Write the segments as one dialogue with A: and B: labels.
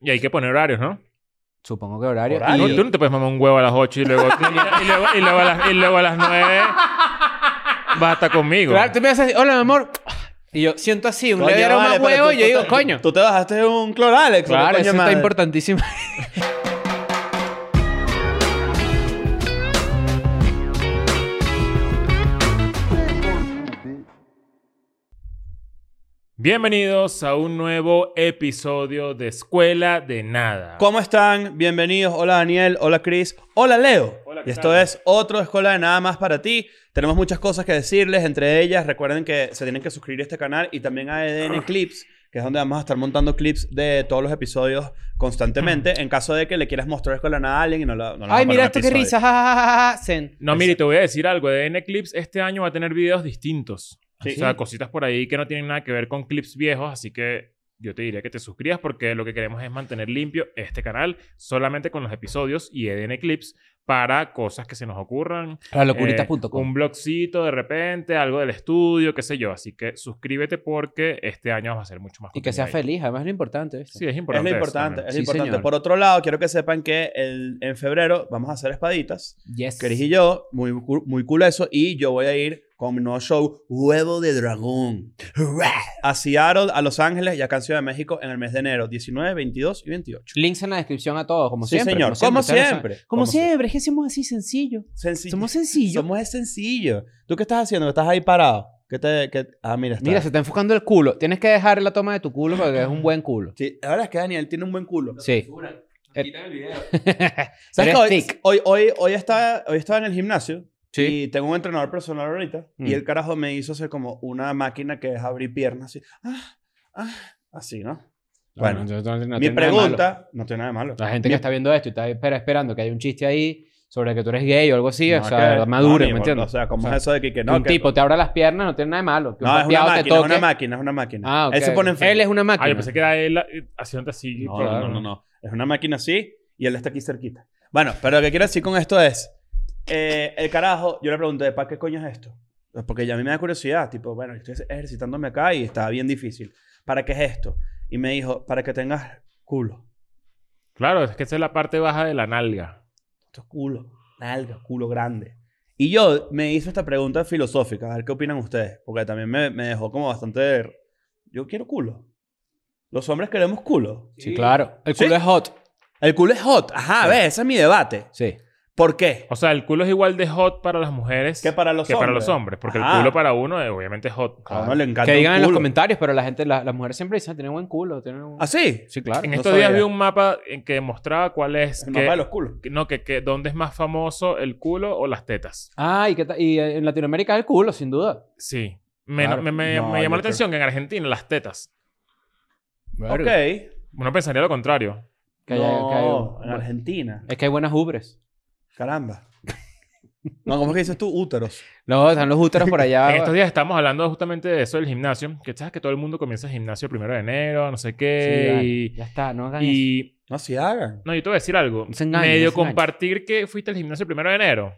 A: Y hay que poner horarios, ¿no?
B: Supongo que horario.
A: No, tú no te puedes mamar un huevo a las 8 y luego, y, luego, y luego a, las, y luego a las 9 vas a estar conmigo.
B: Claro, tú me vas a decir, hola, mi amor. Y yo siento así, un
C: Coño,
B: leve aroma
C: vale,
B: a
C: pero
B: huevo
C: tú-
B: y yo
C: tú-
B: digo, coño.
C: Tú te bajaste un cloralex.
B: Claro,
C: coño
B: eso está
C: madre.
B: importantísimo.
A: Bienvenidos a un nuevo episodio de Escuela de Nada.
C: ¿Cómo están? Bienvenidos. Hola Daniel, hola Chris, hola Leo.
A: Hola, ¿qué
C: y esto
A: tal?
C: es otro Escuela de Nada más para ti. Tenemos muchas cosas que decirles, entre ellas recuerden que se tienen que suscribir a este canal y también a
A: Ah.
C: EDN Clips, que es donde vamos a estar montando clips de todos los episodios constantemente, en caso de que le quieras mostrar Escuela de Nada a alguien y no la... no la vas a
B: Ah. Ay,
C: poner
B: mira
C: un
B: esto, qué
C: episodio.
B: risa. ja, ja, ja, ja, Zen.
A: No, mire, te voy a decir algo. EDN Clips este año va a tener videos distintos.
C: Sí.
A: O sea, cositas por ahí que no tienen nada que ver con clips viejos, así que yo te diría que te suscribas porque lo que queremos es mantener limpio este canal solamente con los episodios y EDN Clips para cosas que se nos ocurran.
B: La
A: Eh, un blogcito de repente, algo del estudio, qué sé yo. Así que suscríbete porque este año vamos a hacer mucho más.
B: Y que seas
A: contenido ahí.
B: feliz, además es lo importante. ¿viste?
A: Sí, es importante.
C: es lo
A: eso
C: importante,
A: también.
C: es lo
B: Sí,
C: importante.
B: señor.
C: Por otro lado, quiero que sepan que el- en febrero vamos a hacer espaditas.
B: Yes.
C: Chris y yo, muy, cu- muy cool eso. Y yo voy a ir con mi nuevo show, Huevo de Dragón. A Seattle, a Los Ángeles y acá en Ciudad de México en el mes de enero, 19, 22 y 28.
B: Links en la descripción a todos, como
C: Sí,
B: siempre.
C: señor. Como siempre.
B: Como, siempre, es que somos así sencillo.
C: Sencillo.
B: Somos
C: Somos
B: sencillos.
C: es sencillo. ¿Tú qué estás haciendo? ¿Estás ahí parado? ¿Qué te, qué- Ah, mira. Está.
B: Mira, se está enfocando el culo. Tienes que dejar la toma de tu culo porque es un buen culo.
C: Sí, la verdad es que Daniel tiene un buen culo.
B: Sí. Eh.
C: ¿Sabes
B: Eres
C: qué? hoy,
B: thick.
C: hoy, hoy, hoy, estaba, hoy estaba en el gimnasio
B: Sí.
C: y tengo un entrenador personal ahorita
B: Mm.
C: y el carajo me hizo hacer como una máquina que es abrir piernas así. Ah, ah, así, ¿no? Bueno, Mi pregunta, no tiene nada de malo.
B: La gente
C: Mi-
B: que está viendo esto y está espera- esperando que haya un chiste ahí sobre que tú eres gay o algo así, o
C: No,
B: sea,
C: es que-
B: madure,
C: no, amigo,
B: ¿me entiendes?
C: O sea, como
B: O sea,
C: es eso de que, que
B: Que
C: no.
B: un
C: que-
B: tipo te abra las piernas, no tiene nada de malo. Que
C: No,
B: un
C: es una
B: papeado te
C: máquina, es una
B: toque.
C: máquina, es una máquina.
B: Ah, ok.
C: Él se pone enfermo.
B: Él es una máquina.
A: Ah, yo pensé que era él eh, haciéndote así.
C: No,
A: pero
C: no, no, no. Es una máquina así y él está aquí cerquita. Bueno, pero lo que quiero decir con esto es, eh, el carajo, yo le pregunté, ¿para qué coño es esto? Pues Porque ya a mí me da curiosidad, tipo, bueno, estoy ejercitándome acá y está bien difícil. ¿Para qué es esto? Y me dijo, para que tengas culo.
A: Claro, es que esa es la parte baja de la nalga.
C: Esto es culo, nalga, culo grande. Y yo me hizo esta pregunta filosófica, a ver qué opinan ustedes, porque también me, me dejó como bastante... Yo quiero culo. Los hombres queremos culo.
B: Sí, claro. El culo
C: ¿Sí?
B: es hot.
C: El culo es hot. Ajá, ves, ese es mi debate.
B: Sí.
C: ¿Por qué?
A: O sea, el culo es igual de hot para las mujeres
C: Que para los
A: que
C: hombres.
A: para los hombres. Porque
C: Ajá.
A: el culo para uno eh, obviamente es hot.
C: A uno le encanta
B: Que
C: un
B: digan en los
C: culo.
B: comentarios, pero la gente, la- las mujeres siempre dicen, tienen buen culo. Tienen un...
C: ¿Ah, sí?
B: Sí, claro.
A: En
C: no
A: estos días
C: sabía.
A: vi un mapa en que mostraba cuál es...
C: El
A: que-
C: mapa de los culos.
A: que- No, que, que dónde es más famoso el culo o las tetas.
B: Ah, y, qué ta- y en Latinoamérica es el culo, sin duda.
A: Sí. Me,
B: Claro.
A: me- me-
C: No,
A: me llamó
C: yo creo-
A: la atención que en Argentina las tetas.
C: Ok.
A: Uno pensaría lo contrario.
B: Que haya- que haya-
C: no, en Argentina.
B: Es que hay buenas ubres.
C: Caramba. No, ¿cómo es que dices tú? Úteros.
B: No, están los úteros por allá.
A: En estos días estamos hablando justamente de eso del gimnasio. Que sabes que todo el mundo comienza el gimnasio primero de enero, no sé qué.
B: Sí,
A: y-
B: ya está, no hagan eso.
A: y
C: No, si hagan.
A: No, yo te voy a decir algo.
B: No se engañen,
A: Medio
B: no se engañen.
A: compartir que fuiste al gimnasio el primero de enero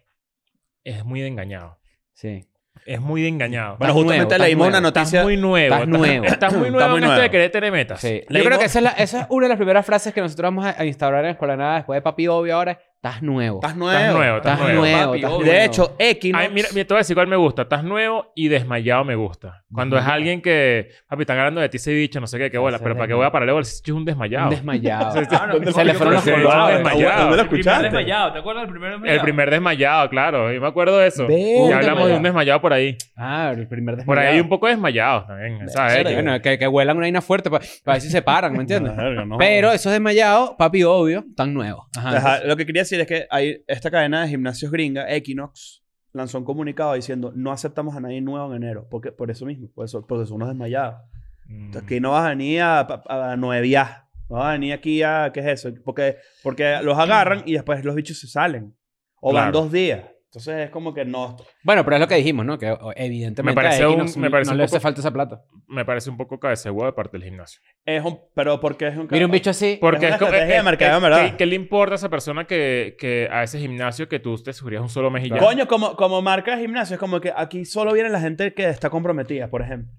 A: es muy de engañado.
B: Sí.
A: Es muy de engañado.
C: Bueno,
B: Estás
C: justamente
B: nuevo,
C: leímos
B: estás
C: una
B: nuevo.
A: estás
C: noticia.
A: muy nuevo.
B: estás nuevo.
A: Estás muy nuevo
C: Estás muy
A: en esto de
C: nuevo.
A: querer tener metas.
B: Sí. Yo
C: Leímos-
B: creo que esa es, la- esa es una de las primeras frases que nosotros vamos a, a instaurar en Escuela de Nada después de Papi Obvio ahora. es, Estás nuevo.
C: Estás nuevo.
A: Estás nuevo, estás, nuevo.
B: nuevo. estás
C: De
B: nuevo.
C: hecho, Equinox.
A: Ay, mira, mira, te voy a decir cuál me gusta. Estás nuevo y desmayado me gusta. Cuando es alguien que, papi, están hablando de ti ese bicho, no sé qué, qué bola.
B: Ese
A: Pero
B: es
A: para qué
B: desmayado.
A: voy a parar luego, ese bicho es un desmayado.
B: Un desmayado.
C: ¿Dónde
B: Se le
C: fue?
B: fueron los
C: Sí,
B: colores.
C: wow,
A: Desmayado.
C: ¿Dónde lo
D: El primer
C: escuchaste?
D: desmayado, ¿te acuerdas del primer desmayado?
A: el primer desmayado, claro. Yo me acuerdo de eso.
C: Verga.
A: ya hablamos de un desmayado por ahí.
B: Ah, el primer desmayado.
A: Por ahí hay un poco desmayados también. ¿sabes?
C: Verga.
A: Que-
B: Bueno, que, que huelan una vaina fuerte para ver si se paran, ¿me entiendes?
C: Verga, no.
B: Pero esos desmayados, Papi Obvio, están nuevos. Ajá.
C: Ajá, lo que quería decir es que hay esta cadena de gimnasios gringa, Equinox, lanzó un comunicado diciendo no aceptamos a nadie nuevo en enero. Porque, por eso mismo, por eso, porque son unos desmayados.
A: Mm.
C: Entonces, Aquí no vas a venir a, a, a nueviar. No vas a venir aquí a... ¿Qué es eso? Porque, porque los agarran y después los bichos se salen. O van
A: Claro.
C: dos días. Entonces es como que no...
B: Bueno, pero es lo que dijimos, ¿no? Que o- evidentemente
A: Me parece
B: a
A: un-
B: Equinox
A: me parece
B: no
A: un
B: le hace
A: poco-
B: falta esa plata.
A: me parece un poco cabeza de huevo de parte del gimnasio.
C: Es un, pero porque es un...
B: Mira un bicho así.
A: Porque
C: Es una
A: es como-
C: estrategia de
A: eh,
C: mercadeo,
A: eh,
C: ¿verdad?
A: ¿qué, qué le importa a esa persona que, que a ese gimnasio que tú te subías un solo mejillón?
C: Coño, como, como marca de gimnasio, es como que aquí solo viene la gente que está comprometida, por ejemplo.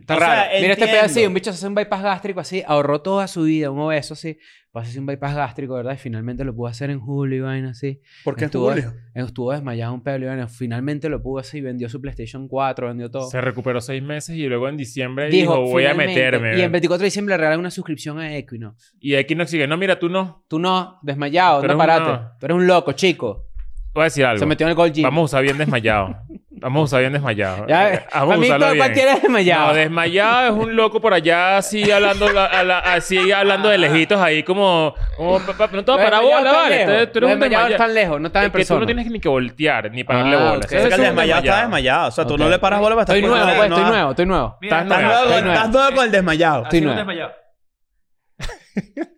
B: Está
C: O sea,
B: raro. Mira este pedo
C: entiendo.
B: así, un bicho se hace un bypass gástrico así, ahorró toda su vida, un obeso así, para hacerse un bypass gástrico, ¿verdad? Y finalmente lo pudo hacer en julio y vaina así.
C: Porque es
B: Estuvo-
C: Julio.
B: Estuvo desmayado un pedo y vaina. Finalmente lo pudo así, vendió su PlayStation 4, vendió todo.
A: Se recuperó seis meses y luego en diciembre dijo, voy a
B: "Finalmente".
A: meterme.
B: Y en
A: Y,
B: 24 de diciembre le regalaron una suscripción a Equinox.
A: aquí no sigue, no, mira, tú no.
B: Tú no, desmayado,
A: Tú
B: no
A: eres un-
B: parate. Tú eres un loco, chico.
A: Voy a decir algo.
B: Se metió en el Gold Gym.
A: Vamos a usar bien desmayado. Vamos a usar bien desmayado.
B: Ya,
A: Vamos
B: para
A: a
B: mí
A: usarlo
B: todo
A: bien.
B: cualquiera es desmayado.
A: No, desmayado es un loco por allá así hablando, la- a la- así hablando de lejitos ahí como... como pa- pa- no te vas a parar
B: Los desmayados
A: bola,
B: están
A: vale.
B: lejos.
A: Tú- Tú eres
B: Los
A: un
B: desmayados
A: desmayado.
B: están lejos, no están en
A: Es que tú
B: persona.
A: no tienes ni que voltear ni pararle
B: Ah,
A: bola.
B: ok.
A: Ese
B: Es
C: Es
A: es
C: que el
A: un
C: desmayado está desmayado. O sea, tú
B: Ok.
C: no le paras bola para estar
B: Estoy nuevo,
C: poniendo-
B: pues, estoy
C: no,
B: nuevo, estoy nuevo.
A: Estás
C: Estás
A: nuevo.
C: nuevo,
B: estoy nuevo.
C: estás nuevo con el desmayado.
B: Estoy
D: Así no
B: nuevo.
D: desmayado.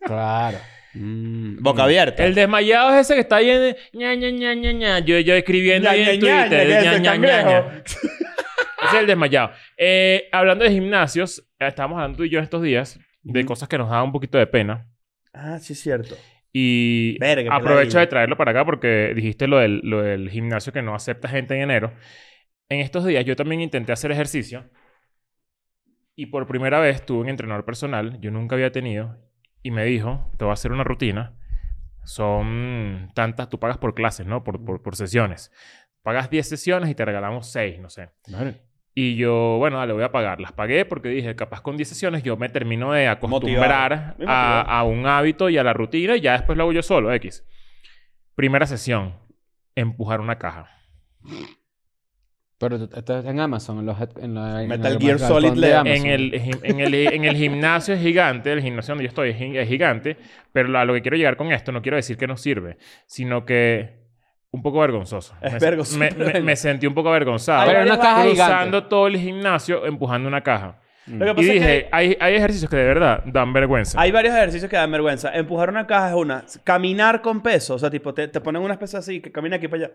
B: Claro.
C: Mm,
B: Mm,
C: Boca abierta.
A: El desmayado es ese que está ahí en... ña, ña, ña, ña, ña. Yo, yo escribiendo ahí en
C: Ña, ña, ña,
A: Twitter.
C: que es
A: ña, ña,
C: el
A: ña,
C: cangrejo.
A: ña. Ese es el desmayado. Eh, hablando de gimnasios, eh, estábamos hablando tú y yo estos días de
C: Ujú.
A: cosas que nos daban un poquito de pena.
C: Ah, sí, es cierto.
A: Y
C: Verga, qué
A: aprovecho
C: ladilla.
A: de traerlo para acá porque dijiste lo del, lo del gimnasio que no acepta gente en enero. En estos días yo también intenté hacer ejercicio y por primera vez tuve un entrenador personal, yo nunca había tenido, y me dijo, te voy a hacer una rutina. Son tantas, tú pagas por clases, ¿no? Por, por, por sesiones. Pagas 10 sesiones y te regalamos 6, no sé. Y yo, bueno, dale, voy a pagar. Las pagué porque dije, capaz con 10 sesiones yo me termino de acostumbrar
C: Motivado.
A: a,
C: Motivado.
A: a un hábito y a la rutina y ya después lo hago yo solo, X. Primera sesión, empujar una caja.
B: Pero tú- esto es en Amazon, en los... head- En la, en
C: Metal
B: la-
C: Gear
B: la- la-
C: Solid le-
B: de Amazon.
A: En el, gi- en, el, en el gimnasio es gigante, el gimnasio donde yo estoy es gi- es gigante, pero a lo que quiero llegar con esto, no quiero decir que no sirve, sino que un poco vergonzoso.
C: Es
A: Me-
C: vergonzoso.
A: Me, me- me sentí un poco avergonzado.
B: Pero una caja gigante.
A: Cruzando todo el gimnasio empujando una caja.
B: Mm.
C: Lo que
A: Y
C: pasa es
A: dije,
C: que
A: hay, hay ejercicios que de verdad dan vergüenza.
C: hay varios ejercicios que dan vergüenza. Empujar una caja es una. Caminar con peso. O sea, tipo, te, te ponen unas pesas así que camina aquí para allá.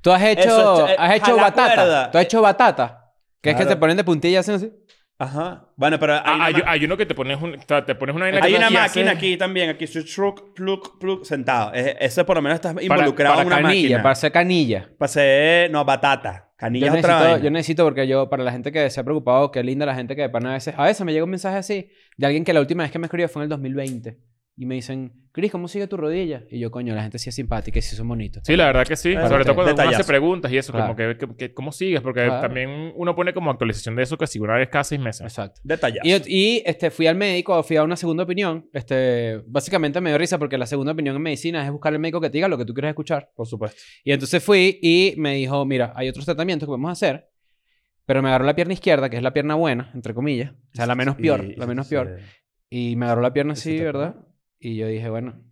B: Tú has hecho,
C: Eso es- eh,
B: has hecho
C: jala
B: batata.
C: cuerda.
B: Tú has hecho batata. Que es que
C: Claro.
B: te ponen de puntilla y hacen así.
C: Ajá. Bueno, pero hay,
A: Ah,
C: una,
A: hay,
C: ma-
A: hay uno que te pones, un, o sea, te pones una vaina
C: hay
A: que
C: una
A: hace-
C: máquina aquí también. Aquí, su truc, pluk, pluk, sentado. E- ese por lo menos estás involucrado
B: para
C: en una
B: canilla,
C: máquina.
B: para hacer canilla.
C: Pasé, no, batata. Canilla
B: Yo
C: es otra
B: necesito,
C: vaina.
B: yo necesito porque yo, para la gente que se ha preocupado, qué linda la gente que de pana a veces, a veces me llega un mensaje así de alguien que la última vez que me escribió fue en el 2020 y me dicen, Cris, ¿cómo sigue tu rodilla? Y yo, coño, la gente sí es simpática y sí son bonitos.
A: Sí, la verdad que sí.
C: Claro.
A: Sobre todo cuando uno
C: Detallazo.
A: hace preguntas y eso,
B: Claro.
A: como que, que- que- ¿cómo sigues? Porque
B: Claro.
A: también uno pone como actualización de eso casi una vez cada seis meses.
B: Exacto.
C: Detallazo.
B: Y, yo- y, este, fui al médico, fui a una segunda opinión. Este, básicamente me dio risa porque la segunda opinión en medicina es buscar al médico que te diga lo que tú quieres escuchar.
C: Por supuesto.
B: Y entonces fui y me dijo, mira, hay otros tratamientos que podemos hacer, pero me agarró la pierna izquierda, que es la pierna buena, entre comillas, o sea, la menos peor,
C: Y-
B: la menos
C: sí.
B: peor. Y me agarró la pierna así,
C: Eso está
B: ¿verdad? Y yo dije, bueno.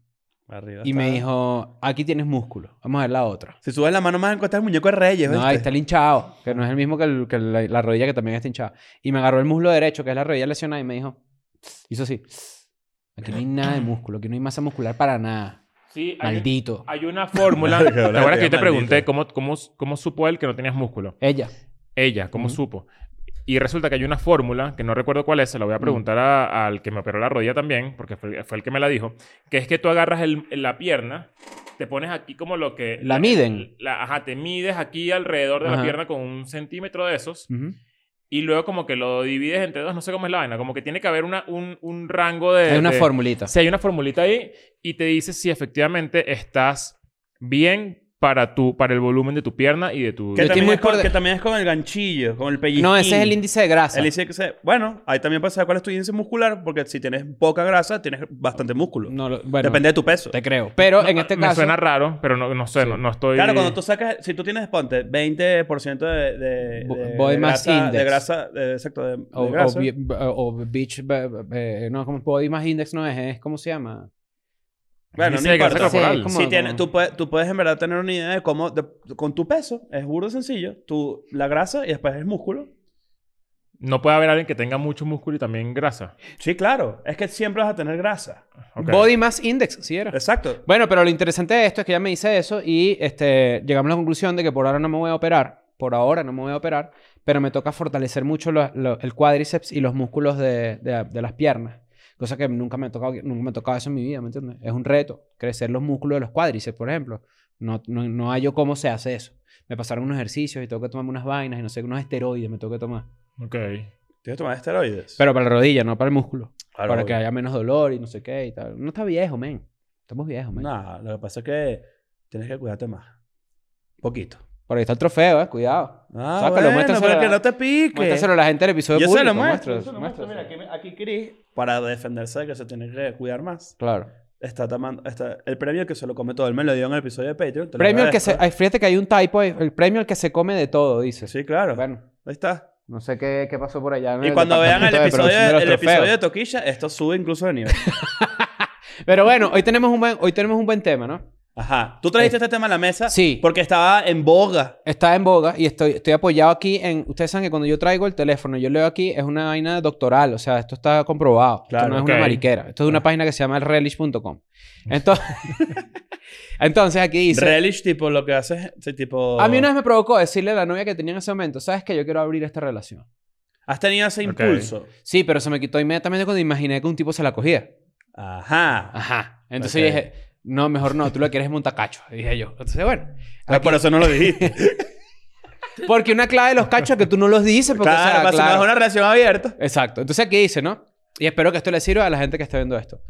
C: Arriba
B: Y me
C: está.
B: dijo, aquí tienes músculo. Vamos a ver la otra.
C: Si subes la mano más, encuentras el muñeco de Reyes.
B: No,
C: ¿viste?
B: ahí está el hinchado, que no es el mismo que, el- que la, la rodilla que también está hinchada. Y me agarró el muslo derecho, que es la rodilla lesionada, y me dijo, hizo así. Aquí no hay nada de músculo, aquí no hay masa muscular para nada.
A: Sí, hay, un-
B: Maldito.
A: hay una fórmula. ¿Te
C: Qué bola,
A: acuerdas que
C: tío,
A: yo te pregunté
C: maldito.
A: cómo, cómo, cómo supo él que no tenías músculo?
B: Ella.
A: Ella, ¿cómo
B: Ujú.
A: supo? Y resulta que hay una fórmula, que no recuerdo cuál es, se la voy a preguntar a- al que me operó la rodilla también, porque fue, fue el que me la dijo, que es que tú agarras el- la pierna, te pones aquí como lo que...
B: La miden.
A: la- ajá, te mides aquí alrededor de
B: Ajá.
A: la pierna con un centímetro de esos.
B: Ujú.
A: Y luego como que lo divides entre dos, no sé cómo es la vaina, como que tiene que haber una, un, un rango de...
B: Hay una
C: Eh,
A: de-
B: formulita.
A: Sí, hay una formulita ahí y te dice si efectivamente estás bien para, tu, para el volumen de tu pierna y de tu...
C: Que,
B: Yo estoy
C: también
B: muy
C: es con,
B: por de-
C: que también es con el ganchillo, con el pellizquín.
B: No, ese es el índice de grasa.
C: El índice que se- Bueno, ahí también puedes saber cuál es tu índice muscular, porque si tienes poca grasa, tienes bastante músculo.
B: No, lo- bueno,
C: Depende de tu peso.
B: te creo. Pero en este
A: Me
B: caso...
A: suena raro, pero no, no sé,
B: Sí.
A: no, no estoy...
C: Claro, cuando tú sacas, si tú tienes, ponte, 20% de, de,
B: Bo-
C: de-
B: body
C: de
B: mass
C: grasa,
B: index.
C: de grasa, de- exacto, de, de
B: O, o,
C: grasa.
B: bi- b- o Beach, b- b- eh, no, como Body Mass Index no es, es ¿cómo se llama?
C: Bueno,
A: Dice
C: no
A: de grasa
C: importa.
B: Sí,
A: corporal.
B: como-
C: Si tienes, tú, puedes, tú puedes en verdad tener una idea de cómo, de- con tu peso, es burdo sencillo, tú, la grasa y después el músculo.
A: No puede haber alguien que tenga mucho músculo y también grasa.
C: Sí, claro, es que siempre vas a tener grasa.
A: Ok.
B: Body Mass Index, sí era.
C: Exacto.
B: Bueno, pero lo interesante de esto es que ya me hice eso y este, llegamos a la conclusión de que por ahora no me voy a operar. Por ahora no me voy a operar, pero me toca fortalecer mucho lo- lo- el cuádriceps y los músculos de, de- de las piernas. Cosa que nunca me ha tocado, nunca me ha tocado eso en mi vida, ¿me entiendes? Es un reto, crecer los músculos de los cuádriceps, por ejemplo. No, no, no hallo cómo se hace eso. Me pasaron unos ejercicios y tengo que tomarme unas vainas y no sé, unos esteroides me tengo que tomar.
A: Ok.
C: Tienes que tomar esteroides.
B: Pero para la rodilla, no para el músculo.
C: Claro,
B: para
C: obvio.
B: que haya menos dolor y no sé qué y tal. No está viejo, men. Estamos viejos, men.
C: No, lo que pasa es que tienes que cuidarte más. Poquito.
B: Por ahí está el trofeo, eh. Cuidado.
C: Ah,
B: Sácalo,
C: bueno,
B: muéstraselo a-
C: para que no te pique.
B: Muéstraselo a la gente del episodio
C: Yo se
B: público.
C: lo muestro.
B: muéstraselo,
C: yo se lo muestro. Mira,
B: muéstraselo.
C: aquí, aquí Chris, para defenderse de que se tiene que cuidar más,
B: Claro.
C: está tomando... Está, el premio que se lo come todo. Él me lo dio en el episodio de Patreon. te lo
B: Premio el que se...
C: agradezco.
B: ay, fíjate que hay un typo. ahí. El premio el que se come de todo, dice.
C: Sí, claro.
B: Bueno,
C: Ahí está.
B: no sé qué, qué pasó por allá. en
C: Y
B: el
C: cuando vean el
B: departamento de
C: episodio,
B: producción de los
C: el
B: trofeos.
C: episodio de Toquilla, esto sube incluso de nivel.
B: Pero bueno, hoy tenemos un buen, hoy tenemos un buen tema, ¿no?
C: Ajá. Tú trajiste este tema a la mesa
B: Eh, Sí.
C: porque estaba en boga.
B: Está en boga y estoy, estoy apoyado aquí en... Ustedes saben que cuando yo traigo el teléfono, yo leo aquí, es una vaina doctoral. O sea, esto está comprobado.
C: Claro,
B: esto no es
A: ok.
B: una mariquera. Esto es una página que se llama relish.com. Entonces, entonces aquí dice...
C: Relish, tipo, lo que haces, sí, tipo...
B: A mí una vez me provocó decirle a la novia que tenía en ese momento, ¿sabes que Yo quiero abrir esta relación.
C: Has tenido ese
A: Ok.
C: impulso.
B: Sí, pero se me quitó inmediatamente cuando imaginé que un tipo se la cogía. Ah,
C: Ajá.
B: Ajá. Entonces
C: Ok.
B: yo dije, no, mejor no, tú lo quieres es montacacho. Dije yo. Entonces, bueno.
C: Ah,
B: aquí-
C: por eso no lo dijiste.
B: Porque una clave de los cachos es que tú no los dices. Porque, o sea,
C: claro, para
B: claro.
C: es una relación abierta.
B: Exacto. Entonces aquí dice, ¿no? Y espero que esto le sirva a la gente que esté viendo esto.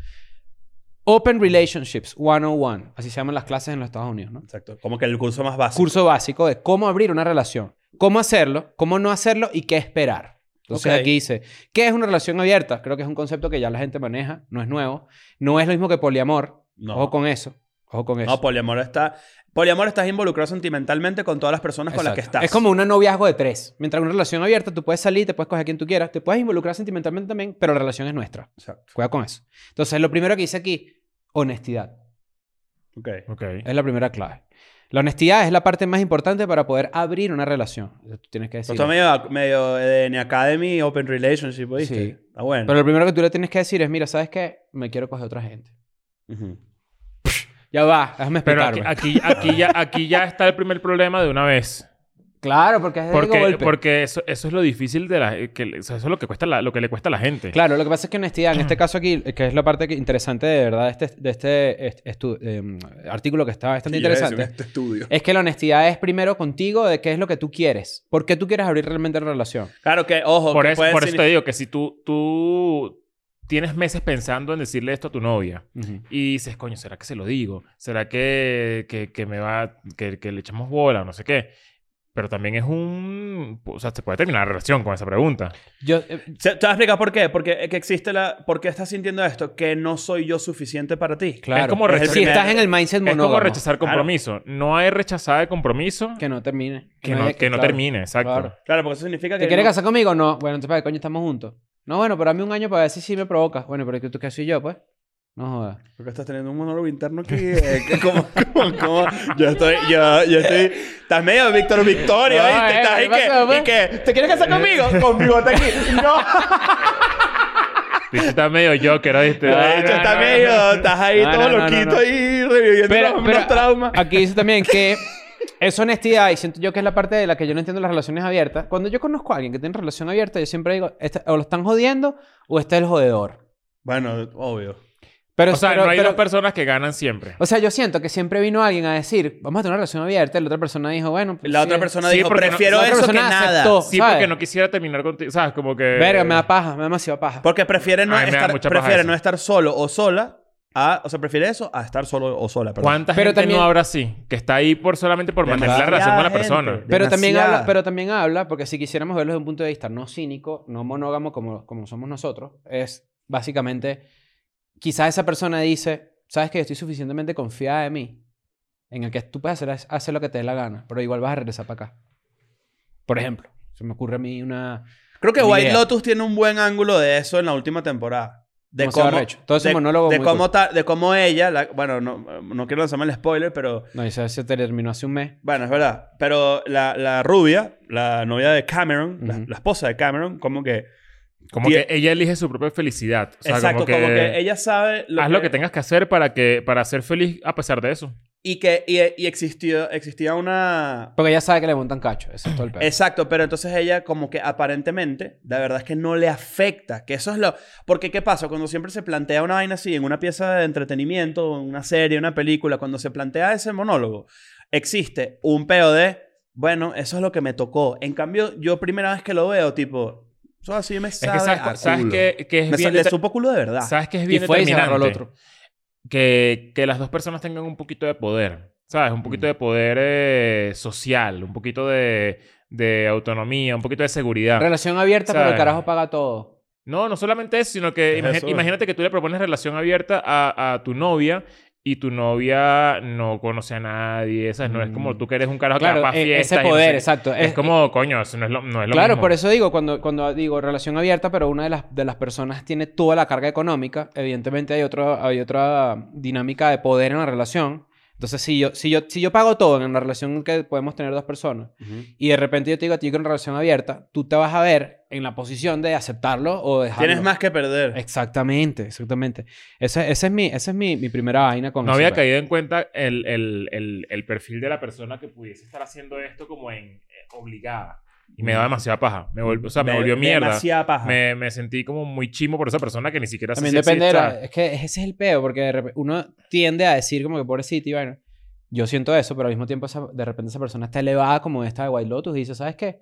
B: Open Relationships 101. Así se llaman las clases en los Estados Unidos, ¿no?
C: Exacto. Como que el curso más básico.
B: Curso básico de cómo abrir una relación. Cómo hacerlo, cómo no hacerlo y qué esperar. Entonces
C: Ok.
B: aquí dice, ¿qué es una relación abierta? Creo que es un concepto que ya la gente maneja, no es nuevo. No es lo mismo que poliamor.
C: No.
B: Ojo con eso. Ojo con eso.
C: No, poliamor está... Poliamor estás involucrado sentimentalmente con todas las personas con las que
B: Exacto.
C: estás.
B: Es como un noviazgo de tres. Mientras una relación abierta, tú puedes salir, te puedes coger a quien tú quieras, te puedes involucrar sentimentalmente también, pero la relación es nuestra.
C: Exacto.
B: Cuidado con eso. Entonces, lo primero que dice aquí, honestidad.
C: Ok.
A: Ok.
B: Es la primera clave. La honestidad es la parte más importante para poder abrir una relación. Eso tú tienes que
C: Esto
B: decir.
C: está medio, medio EDN Academy, Open Relationship, ¿oíste?
B: Sí.
C: Está bueno.
B: Pero lo primero que tú le tienes que decir es, mira, ¿sabes qué? Me quiero coger otra gente.
C: Ujú.
B: Ya va, déjame
A: Pero
B: explicarme.
A: aquí, aquí, aquí ya, aquí ya está el primer problema de una vez.
B: Claro, porque es de
A: Porque,
B: golpe.
A: porque eso, eso es lo difícil de la... Que, o sea, eso es lo que, cuesta la- lo que le cuesta a la gente.
B: Claro, lo que pasa es que honestidad, en este caso aquí, que es la parte que- interesante de verdad de este, de este est- estu- em, artículo que está bastante
C: Y yo iba a decir,
B: interesante,
C: Este estudio.
B: es que la honestidad es primero contigo de qué es lo que tú quieres. ¿Por qué tú quieres abrir realmente la relación?
C: Claro que, ojo,
A: Por,
C: que
A: eso,
C: puede
A: por eso
C: signi-
A: te digo que si tú, tú tienes meses pensando en decirle esto a tu novia y dices, coño, ¿será que se lo digo? ¿Será que, que, que me va... Que, que le echamos bola o no sé qué? Pero también es un... O sea, se puede terminar la relación con esa pregunta.
B: Yo, eh,
C: Se- Te voy a explicar por qué. Porque eh, que existe la... ¿Por qué estás sintiendo esto? Que no soy yo suficiente para ti.
B: claro.
A: como
C: rechazar-
B: si estás en el mindset
A: Es
B: monógamo.
A: como rechazar
C: Claro.
A: compromiso. No hay rechazada de compromiso que,
B: Que no termine.
A: no,
B: haya-
A: que no
B: claro.
A: termine. Exacto.
B: Claro.
C: Claro, porque eso significa que...
B: ¿Te quieres
C: no-
B: casar conmigo? No. Bueno, entonces, ¿para qué coño estamos juntos? No, bueno, pero a mí un año para ver si sí me provocas. Bueno, pero ¿tú qué soy yo, pues? No jodas.
C: Porque estás teniendo un monólogo interno aquí. eh, que como, como, como- Yo estoy, yo, yo estoy. Estás medio Víctor Victoria,
B: No,
C: ¿viste?
B: eh,
C: Estás ahí
B: ¿qué pasó,
C: que,
B: pues?
C: y que. ¿Te quieres casar conmigo? Con bigote aquí. No.
A: Tú estás medio Joker, ¿oíste?
B: No,
C: De hecho,
B: no,
C: estás
B: no,
C: medio. Estás ahí
B: No, no,
C: todo
B: no,
C: loquito
B: no.
C: ahí reviviendo los, los traumas.
B: Aquí dice también que es honestidad y siento yo que es la parte de la que yo no entiendo las relaciones abiertas. Cuando yo conozco a alguien que tiene relación abierta, yo siempre digo, "Este- o lo están jodiendo o este es el jodedor.
C: Bueno, obvio.
B: Pero,
A: O sea,
B: pero-
A: no hay
B: pero-
A: dos personas que ganan siempre.
B: o sea, yo siento que siempre vino alguien a decir, vamos a tener una relación abierta, y la otra persona dijo, bueno, pues
C: La
B: sí,
C: otra
B: es-
C: persona
A: Sí,
C: dijo:
A: porque no-
C: prefiero
B: la otra
C: eso que
B: persona
C: nada.
B: aceptó.
A: Sí,
B: ¿sabes?
A: porque no quisiera terminar contigo. ¿Sabes? Como que...
B: Verga, me da paja, me da demasiada paja.
C: Porque prefiere no,
A: Ay, me da
C: estar,
A: mucha paja
C: prefiere
A: eso.
C: no estar solo o sola. A, o sea, prefiere eso a estar solo o sola. perdón.
A: ¿Cuánta
B: Pero
A: gente
B: también-
A: no habrá así? Que está ahí por solamente por mantener la relación
C: Demasiada
A: con la persona.
C: gente.
B: Pero también,
C: Demasiada.
B: habla, pero también habla, porque si quisiéramos verlo desde un punto de vista no cínico, no monógamo como, como somos nosotros, es básicamente, quizás esa persona dice, sabes que yo estoy suficientemente confiada de mí, en el que tú puedes hacer, hacer lo que te dé la gana, pero igual vas a regresar para acá. Por ejemplo, se me ocurre a mí una...
C: Creo que
B: Ni
C: White
B: idea.
C: Lotus tiene un buen ángulo de eso en la última temporada. De
B: Demasiado arrecho. Todo ese
C: de-
B: monólogo
C: de
B: muy
C: cómo,
B: cool.
C: ta- de cómo ella, la- bueno, no, no quiero lanzarme el spoiler, pero
B: No, eso se terminó hace un mes.
C: bueno, es verdad. Pero la, la rubia, la novia de Cameron, la,
B: Ujú.
C: la esposa de Cameron, como que.
A: Como
C: Tie-
A: que ella elige su propia felicidad. O sea,
C: exacto,
A: como que...
C: ella sabe.
A: Haz lo que tengas que hacer para, que, para ser feliz a pesar de eso.
C: Y que y, y existió, existía una.
B: Porque ya sabe que le montan cacho, ese es todo el pedo.
C: Exacto, pero entonces ella como que aparentemente, la verdad es que no le afecta, que eso es lo... Porque ¿qué pasa? Cuando siempre se plantea una vaina así, en una pieza de entretenimiento, en una serie, una película, cuando se plantea ese monólogo, existe un peo de, bueno, eso es lo que me tocó. En cambio, yo primera vez que lo veo, tipo, Eso así me
A: Es
C: sabe
A: que
C: a
A: sabes, sabes
C: culo.
A: que, que es
C: Me sa-
A: bien
C: le
A: deta-
C: supo culo de verdad.
A: sabes que es
B: Y
A: bien
B: fue y se agarró al
A: determinante
B: otro.
A: que, que las dos personas tengan un poquito de poder, ¿sabes? Un poquito
C: Mm.
A: de poder eh, social, un poquito de, de autonomía, un poquito de seguridad.
B: Relación abierta, pero el
A: ¿Sabes?
B: carajo paga todo.
A: No, no solamente eso, sino que
C: Es
A: imagi-
C: eso.
A: imagínate que tú le propones relación abierta a, a tu novia y tu novia no conoce a nadie, ¿sabes? No es como
B: Mm.
A: tú que eres un carajo que
B: Claro,
A: va pa'
B: e-
A: fiestas
B: ese
A: y no
B: poder,
A: sé-
B: exacto.
A: Es, como, coño, eso no es lo, no es lo
B: Claro,
A: mismo.
B: por eso digo, cuando, cuando digo relación abierta, pero una de las, de las personas tiene toda la carga económica, evidentemente hay, otro, hay otra dinámica de poder en la relación. Entonces, si yo, si, yo, si yo pago todo en la relación que podemos tener dos personas
C: Ujú.
B: y de repente yo te digo a ti que una relación abierta, tú te vas a ver en la posición de aceptarlo o dejarlo.
C: Tienes más que perder.
B: Exactamente, exactamente. Esa, esa es, mi, esa es mi, mi primera vaina con
A: No
B: ese
A: había
B: pedo.
A: caído en cuenta el, el- el- el perfil de la persona que pudiese estar haciendo esto como en eh, obligada. Y me
B: Mm.
A: daba demasiada paja. Me vol- o sea, me,
C: De-
A: volvió mierda.
C: Demasiada paja.
A: Me, me sentí como muy chimo por esa persona que ni siquiera sé
B: También
A: si
B: depende de la-
A: exista.
B: Es que ese es el peo, porque de repe- uno tiende a decir como que pobrecito, y bueno, yo siento eso, pero al mismo tiempo esa- de repente esa persona está elevada como esta de White Lotus y dice, ¿sabes qué?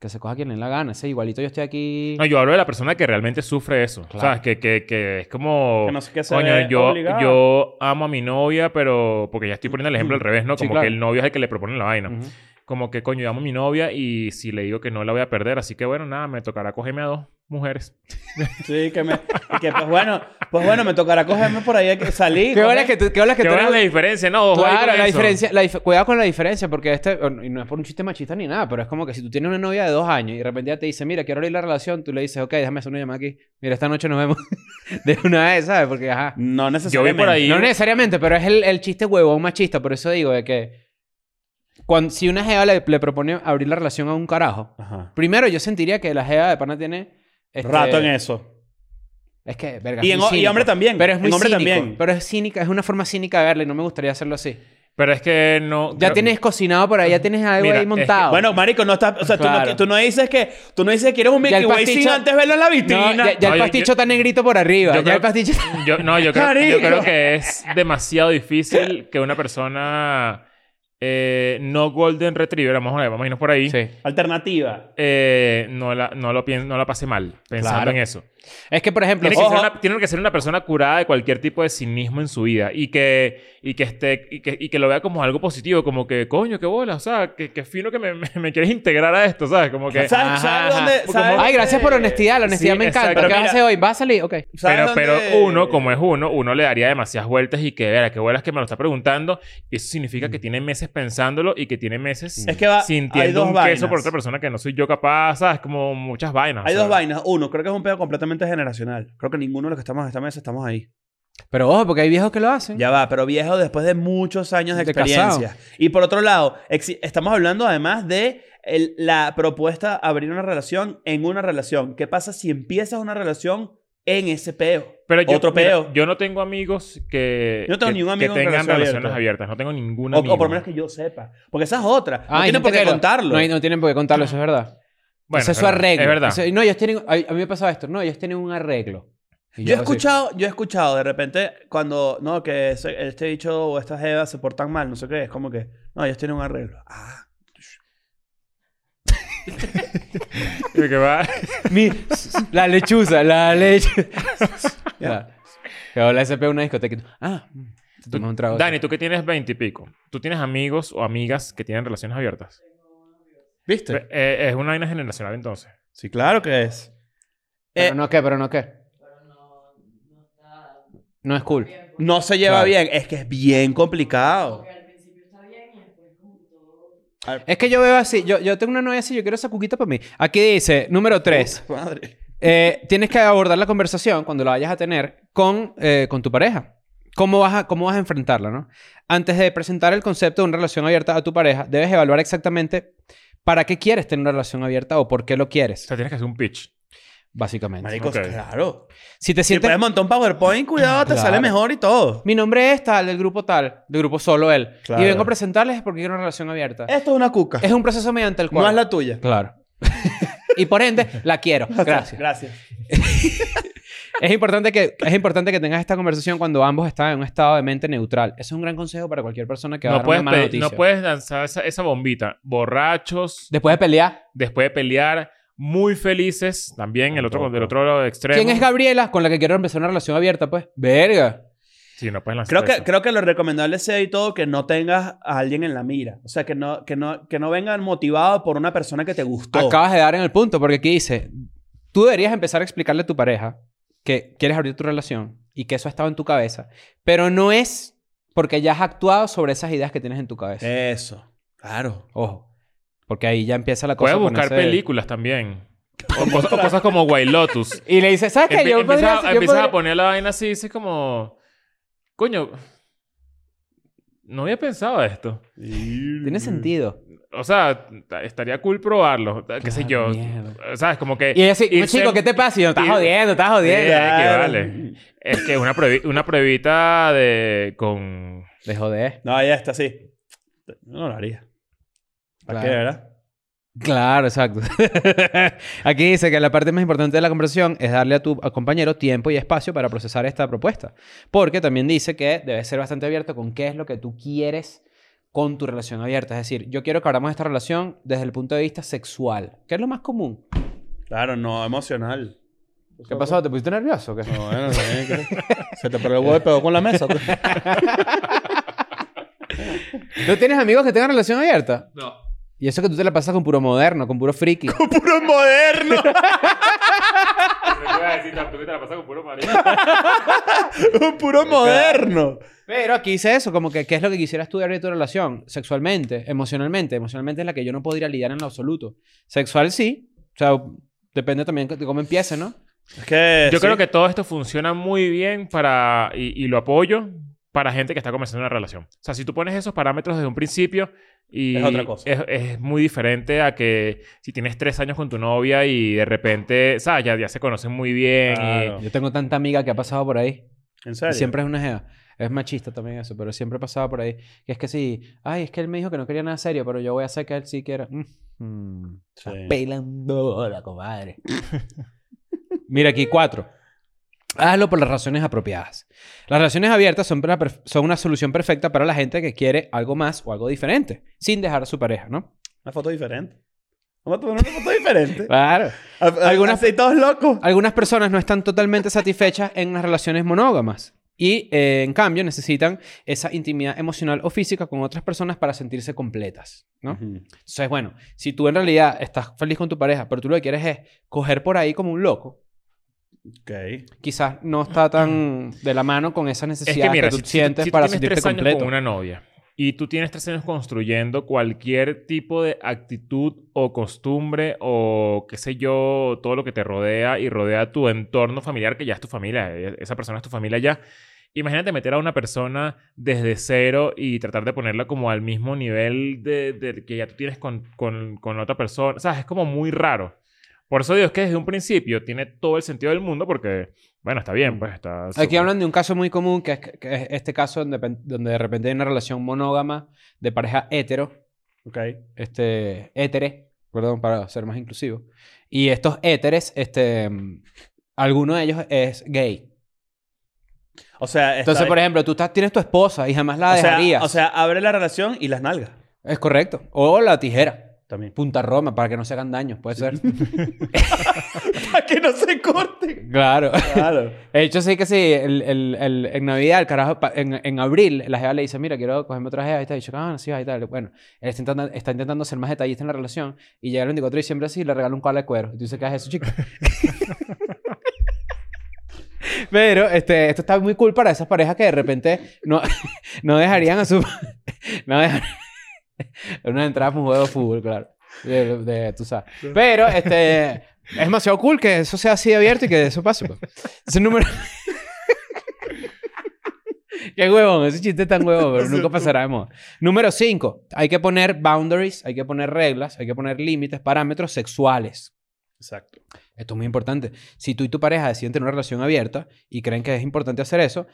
B: Que se coja quien le dé la gana. Ese igualito yo estoy aquí...
A: No, yo hablo de la persona que realmente sufre eso.
B: Claro.
A: ¿Sabes? Que, que, que es como...
C: que no sé qué hacer.
A: Coño, yo,
C: obligada.
A: yo amo a mi novia, pero... Porque ya estoy poniendo el ejemplo al revés, ¿no?
B: Mm. Sí,
A: Como
B: claro. Mm.
A: que el novio es el que le propone la vaina.
B: Ujú.
A: Como que, coño, yo amo a mi novia y si le digo que no la voy a perder, así que bueno, nada, me tocará cogerme a dos mujeres.
C: Sí, que me. que, pues bueno, pues bueno, me tocará cogerme por ahí que salí.
B: ¿Qué
C: comer.
B: bolas que tú... ¿Qué bolas que
A: ¿Qué
B: tú
A: buena
B: eres-
A: es la diferencia? No, ojo ahí
B: Claro,
A: con
B: la
A: eso.
B: diferencia, la dif- cuidado con la diferencia, porque este, o- y no es por un chiste machista ni nada, pero es como que si tú tienes una novia de dos años y de repente ya te dice, mira, quiero abrir la relación, tú le dices, ok, déjame hacer una llamada aquí, mira, esta noche nos vemos de una vez, ¿sabes? Porque, ajá.
C: No
A: Yo vi
C: necesariamente.
A: por ahí...
B: No necesariamente, pero es el, el chiste huevón machista. Por eso digo de que... cuan- si una jeva le, le propone abrir la relación a un carajo...
C: Ajá.
B: Primero, yo sentiría que la jeva de pana tiene... este,
C: Rato en eso.
B: Es que, verga,
C: Y,
B: es
C: en,
B: muy
C: y
B: cínico.
C: hombre también.
B: Pero es muy
C: en hombre
B: cínico,
C: también.
B: Pero es cínica. Es una forma cínica de verla y no me gustaría hacerlo así.
A: Pero es que no...
B: Ya
A: creo-
B: tienes cocinado por ahí. Ya tienes algo
A: Mira,
B: ahí
A: es que-
B: montado.
C: Bueno, marico, no está, o sea, tú,
B: Ah, Claro.
C: no, tú no dices que tú no dices que quieres un
B: Ya el
C: Milky Way sin
B: pasticho-
C: antes verlo en la vitrina.
B: No, ya, ya
A: No,
B: el
A: yo-
B: pasticho
A: yo-
B: está negrito por arriba.
A: yo
B: Ya
A: creo-
B: el pasticho...
A: Yo, no, yo creo, yo
C: Marico.
A: creo que es demasiado difícil que una persona eh, no golden retriever, vamos a vamos a irnos por ahí,
B: Sí.
C: Alternativa.
A: eh, no, la, no, lo pien- no la pase mal pensando
B: Claro.
A: en eso.
B: Es que, por ejemplo...
A: Tiene que,
B: ojo,
A: ser una, tiene que ser una persona curada de cualquier tipo de cinismo en su vida y que, y que, esté, y que, y que lo vea como algo positivo, como que, coño, qué bola, o sea, que, que fino que me, me, me quieres integrar a esto, ¿sabes? Como que...
C: ¿Sabes, sabes
B: Ajá, ajá.
C: dónde?
A: Porque
C: sabes
A: como-
B: Ay, gracias por
C: dónde-
B: la honestidad. La honestidad
A: Sí,
B: me encanta.
A: exacto.
B: ¿Qué vas a hacer hoy? ¿Vas a salir? Ok.
C: ¿sabes
A: Pero, pero
C: dónde-
A: uno, como es uno, uno le daría demasiadas vueltas y que, verá, qué bolas que me lo está preguntando. Y eso significa
B: Mm.
A: que tiene meses pensándolo y que tiene meses
C: Es que va- hay
A: sintiendo
C: dos
A: un queso
C: vainas.
A: por otra persona que no soy yo capaz, ¿sabes? Como muchas vainas.
C: Hay dos
A: ¿sabes?
C: vainas. Uno, creo que es un pedo completamente generacional. Creo que ninguno de los que estamos en esta mesa estamos ahí.
B: Pero ojo, porque hay viejos que lo hacen.
C: Ya va, pero viejo después de muchos años de,
B: De
C: experiencia. Y por otro lado, exi- estamos hablando además de el- la propuesta abrir una relación en una relación. ¿Qué pasa si empiezas una relación en ese peo?
A: Pero yo,
C: Otro
A: mira,
C: peo.
A: yo no tengo amigos que,
C: Yo no tengo
A: que,
C: ningún
A: que
C: amigo en
A: tengan
C: relación
A: relaciones
C: abierta.
A: abiertas. No tengo ningún
C: O,
A: amigo.
C: o por lo menos que yo sepa. Porque esa es otra. No
B: Ay,
C: tienen por qué
B: tengo-
C: contarlo.
B: No, hay- no tienen por qué contarlo, eso es verdad.
A: Bueno,
B: Ese es su
A: verdad.
B: arreglo.
A: Es verdad.
B: Ese- no, ellos tienen... A, a mí me pasaba esto. No, ellos tienen un arreglo. Y
C: Yo he
B: así,
C: escuchado, yo he escuchado de repente cuando, no, que ese- este bicho o estas jevas se portan mal, no sé qué, es como que, no, ellos tienen un arreglo. Ah,
A: Y que va-
B: "Mi- la lechuza, la lechuza. Que habla ese peo en una discoteca. y tú, Ah, mm, te tomas un trago.
A: Dani, tú que tienes 20 y pico, ¿tú tienes amigos o amigas que tienen relaciones abiertas?
C: ¿viste?
A: Eh, es una vaina generacional entonces.
C: Sí, claro que es.
B: Pero
C: eh,
B: no qué, pero no qué. No es cool.
C: No se lleva
B: Claro.
C: bien, es que es bien complicado. A ver,
B: Es que yo veo así, yo, yo tengo una novia así, yo quiero esa cuquita para mí. Aquí dice, número 3.
C: Madre.
B: Eh, tienes que abordar la conversación cuando la vayas a tener con, eh, con tu pareja. ¿Cómo vas, a, ¿Cómo vas a enfrentarla, no? Antes de presentar el concepto de una relación abierta a tu pareja, debes evaluar exactamente para qué quieres tener una relación abierta o por qué lo
A: O
B: quieres,
A: sea, tienes que hacer un pitch.
B: básicamente.
C: Marico,
A: Ok.
C: claro.
B: Si te
C: Si
B: sientes...
C: puedes montar un PowerPoint, cuidado, te
B: Claro.
C: sale mejor y todo.
B: Mi nombre es tal, del grupo tal, del grupo solo él.
C: Claro.
B: Y vengo a presentarles porque quiero una relación abierta.
C: Esto es una cuca.
B: Es un proceso mediante el cual...
C: No es la tuya.
B: Claro. y por ende, la quiero. Gracias.
C: Gracias.
B: Es importante, que, es importante que tengas esta conversación cuando ambos están en un estado de mente neutral. Eso es un gran consejo para cualquier persona que va a
A: No
B: dar
A: puedes,
B: una mala
A: pe- no
B: noticia.
A: puedes lanzar esa, esa bombita. Borrachos,
B: Después de pelear,
A: después de pelear, muy felices también, el otro, del otro lado extremo.
B: ¿Quién es Gabriela con la que quiero empezar una relación abierta, pues? Verga.
A: Sí, no puedes lanzar
C: Creo que,
A: eso.
C: creo que lo recomendable sea y todo que no tengas a alguien en la mira. O sea, que no, que no, que no vengan motivado por una persona que te gustó.
B: Acabas de dar en el punto, porque aquí dice, tú deberías empezar a explicarle a tu pareja que quieres abrir tu relación y que eso ha estado en tu cabeza, pero no es porque ya has actuado sobre esas ideas que tienes en tu cabeza.
A: Eh.
C: Eso. Claro.
B: Ojo, porque ahí ya empieza la cosa.
A: Puedes
B: a
A: buscar
B: ponerse-
A: películas también. O cosas, o cosas como White Lotus.
B: Y le dices, ¿sabes qué?
A: Empie-
B: yo
A: empiezas
B: podría...
A: a-
B: yo
A: empiezas a
B: podría-
A: poner la vaina así, dices como... Coño, no había pensado esto. Mm,
B: Tiene sentido.
A: O sea, t- estaría cool probarlo. Qué sé yo.
B: Claro, Ah, mierda.
A: ¿Sabes? Como que...
B: Y ella así,
A: irse-
B: chico, ¿qué te pasa? Y yo, estás
A: ir-
B: jodiendo, estás jodiendo.
A: Eh, que vale. Es que una, pruebi- una pruebita de... con...
B: De joder.
C: No, ya está así. No lo haría. ¿Para
B: Claro.
C: qué, verdad?
B: Claro, exacto. Aquí dice que la parte más importante de la conversación es darle a tu compañero tiempo y espacio para procesar esta propuesta. Porque también dice que debes ser bastante abierto con qué es lo que tú quieres con tu relación abierta. Es decir, yo quiero que abramos esta relación desde el punto de vista sexual, que es lo más común.
C: Claro, no emocional.
B: ¿Qué pasó? ¿Te pusiste nervioso? o qué?
C: No, bueno, también que- se te paró el huevo y pegó con la mesa.
B: ¿No tienes amigos que tengan relación abierta?
A: No.
B: Y eso que tú te la pasas con puro moderno, con puro friki.
C: ¡Puro moderno! ¡Un puro moderno!
B: Pero aquí dice eso, como que qué es lo que quisieras tú de abrir tu relación, sexualmente, emocionalmente. Emocionalmente es la que yo no podría lidiar en lo absoluto. Sexual sí, o sea, depende también de cómo empiece, ¿no?
C: Es que.
A: Yo
C: sí.
A: creo que todo esto funciona muy bien para, y, y lo apoyo, para gente que está comenzando una relación. O sea, si tú pones esos parámetros desde un principio y
C: Es otra cosa.
A: Es, es muy diferente a que si tienes tres años con tu novia y de repente, ¿sabes? Ya, ya se conocen muy bien.
C: Claro.
A: Y,
B: Yo tengo tanta amiga que ha pasado por ahí.
C: En
B: Y
C: serio.
B: siempre es una jeva. Es machista también eso, pero siempre ha pasado por ahí. Que es que sí, ay, es que él me dijo que no quería nada serio, pero yo voy a hacer que él sí quiera. Mm, mm,
C: Sí.
B: estás pelando la comadre. Mira aquí, cuatro. Hazlo por las razones apropiadas. Las relaciones abiertas son, una perf- son una solución perfecta para la gente que quiere algo más o algo diferente, sin dejar a su pareja, ¿no?
C: Una foto diferente. Vamos a tomar una foto diferente.
B: Claro.
C: A- a-
B: Algunas-
C: así todos locos.
B: Algunas personas no están totalmente satisfechas en las relaciones monógamas y, eh, en cambio, necesitan esa intimidad emocional o física con otras personas para sentirse completas, ¿no?
C: Ujú.
B: Entonces, bueno, si tú en realidad estás feliz con tu pareja, pero tú lo que quieres es coger por ahí como un loco,
C: Ok.
B: quizás no está tan de la mano con esas
A: es
B: necesidades
A: que
B: que,
A: mira,
B: tú
A: si, si-
B: sientes
A: si tú
B: para
A: tienes
B: sentirte
A: tres años
B: completo.
A: con una novia y tú tienes tres años construyendo cualquier tipo de actitud o costumbre o qué sé yo, todo lo que te rodea y rodea tu entorno familiar, que ya es tu familia, eh, esa persona es tu familia ya. Imagínate meter a una persona desde cero y tratar de ponerla como al mismo nivel de, de- que ya tú tienes con, con, con la otra persona. O sea, es como muy raro. Por eso digo, es que desde un principio tiene todo el sentido del mundo porque, bueno, está bien, pues está...
B: Aquí
A: súper-
B: hablan de un caso muy común, que es, que es este caso donde, pen- donde de repente hay una relación monógama de pareja hetero,
C: Ok.
B: este, héteres, perdón, para ser más inclusivo. Y estos héteres, este, mm, alguno de ellos es gay.
C: O sea, está-
B: Entonces, por ejemplo, tú estás, tienes tu esposa y jamás la
C: o sea,
B: dejarías.
C: o sea, abre la relación y las nalgas.
B: es correcto. O la tijera.
C: También.
B: Punta Roma, para que no se hagan daños, puede ser.
C: Para que no se corten.
B: claro.
C: Claro.
B: De hecho, sí que sí, el, el- el- en Navidad, el carajo, pa- en, en abril, la jeva le dice, mira, quiero cogerme otra jeva, y está dicho, ah, sí, ahí tal. Bueno, él está intentando, está intentando ser más detallista en la relación, y llega el 24 de diciembre así y le regala un cola de cuero. Y tú dices, ¿qué es eso, chica? Pero este, esto está muy cool para esas parejas que de repente no, no dejarían a su... no dejarían... Una entrada para un juego de fútbol, claro. De, de- tú sabes. Pero este, es demasiado cool que eso sea así de abierto y que eso pase. pues. Ese número... Qué huevón, ese chiste es tan huevón, pero nunca pasará de moda. Número 5. Hay que poner boundaries, hay que poner reglas, hay que poner límites, parámetros sexuales.
C: Exacto.
B: Esto es muy importante. Si tú y tu pareja deciden tener una relación abierta y creen que es importante hacer eso,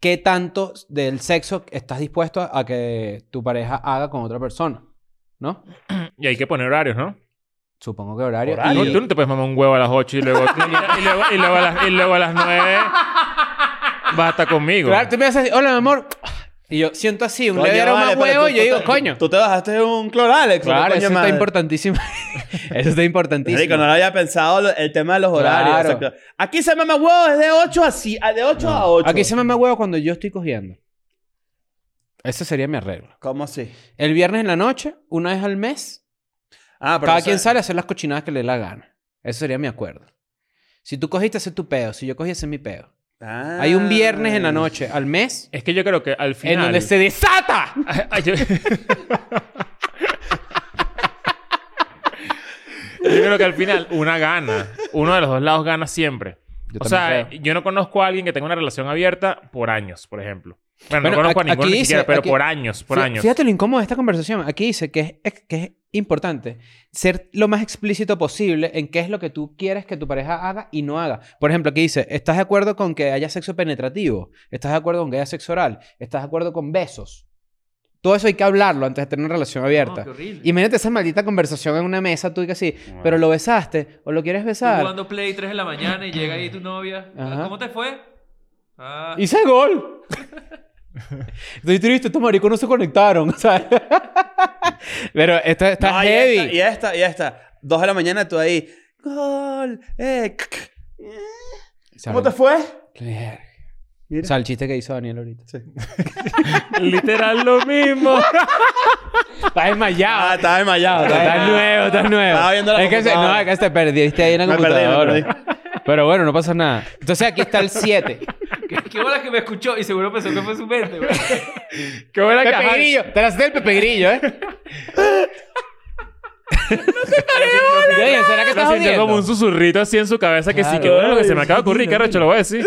B: ¿qué tanto del sexo estás dispuesto a que tu pareja haga con otra persona? ¿No?
A: Y hay que poner horarios, ¿no?
B: Supongo que horario.
A: Ah,
C: Horario.
A: no, tú no te puedes mamar un huevo a las 8 y luego, y, luego, y luego a las, y luego a las 9 basta
B: Y-
A: conmigo.
B: Claro, tú me haces, hola, mi amor. Y yo siento así, un leve aroma a huevo y yo digo, coño.
C: Tú te bajaste un cloralex.
B: Claro,
C: coño
B: eso está
C: madre.
B: importantísimo. Eso está importantísimo.
C: Marico, no lo había pensado lo- el tema de los horarios.
B: Claro.
C: exacto. Aquí se mama huevo es de 8 a, si- a- de 8 a 8.
B: Aquí se me huevo cuando yo estoy cogiendo. Ese sería mi arreglo.
C: ¿Cómo así?
B: El viernes en la noche, una vez al mes,
C: Ah,
B: cada
C: eso-
B: quien sale a hacer las cochinadas que le dé la gana. Eso sería mi acuerdo. Si tú cogiste, ese es tu peo. Si yo cogí, ese es mi peo.
C: Ah.
B: Hay un viernes en la noche al mes
A: Es que yo creo que al final.
B: en donde se desata.
A: Ay, yo... Yo creo que al final una gana. Uno de los dos lados gana siempre.
B: Yo
A: o
B: también
A: sea,
B: creo.
A: yo no conozco a alguien que tenga una relación abierta por años, por ejemplo. Bueno, no
B: Bueno,
A: conozco a
B: aquí-
A: ninguno
B: aquí
A: ni
B: dice-
A: siquiera, pero
B: aquí-
A: por años, por
B: Fí-
A: años.
B: Fíjate lo incómodo de esta conversación. Aquí dice que es, ex- que es importante ser lo más explícito posible en qué es lo que tú quieres que tu pareja haga y no haga. Por ejemplo, aquí dice, ¿estás de acuerdo con que haya sexo penetrativo? ¿Estás de acuerdo con que haya sexo oral? ¿Estás de acuerdo con besos? Todo eso hay que hablarlo antes de tener una relación abierta. Imagínate esa maldita conversación en una mesa tú y que sí, pero lo besaste o lo quieres
D: Tú
B: besar.
D: jugando Play 3 de la mañana y llega ahí tu novia.
B: Ajá.
D: ¿Cómo te fue? Ah,
B: ¡Hice gol! Estoy triste, estos maricos no se conectaron, ¿sabes? Pero esto está
C: No,
B: heavy.
C: Y esta, y esta, y esta. Dos de la mañana tú ahí. Gol. Eh, c- c- eh. ¿Cómo te fue?
B: fue?
C: Mira.
B: O sea, el chiste que hizo Daniel ahorita.
C: Sí.
A: Literal lo mismo.
B: Estás
C: Ah,
B: desmayado.
C: estaba desmayado. estaba
B: Estás
C: desmayado.
B: nuevo, estás nuevo.
C: Estaba viendo la
B: es que se- no,
C: computadora.
B: es que te perdiste ahí en la
C: Me perdí, me
B: computadora. Pero bueno, no pasa nada. Entonces aquí está el 7.
D: qué, qué bola que me escuchó y seguro pensó que fue su mente, güey.
A: Qué buena que
B: Pepe
A: ajá,
B: Grillo. Te la haces del Pepe Grillo, ¿eh? Oye, ¿Será que
A: lo
B: estás
A: sintió como un
B: jodiendo?
A: susurrito así en su cabeza que sí,
B: Claro.
A: que bueno lo que se me
B: Ay,
A: acaba de ocurrir,
B: sí,
A: carajo, lo voy a decir.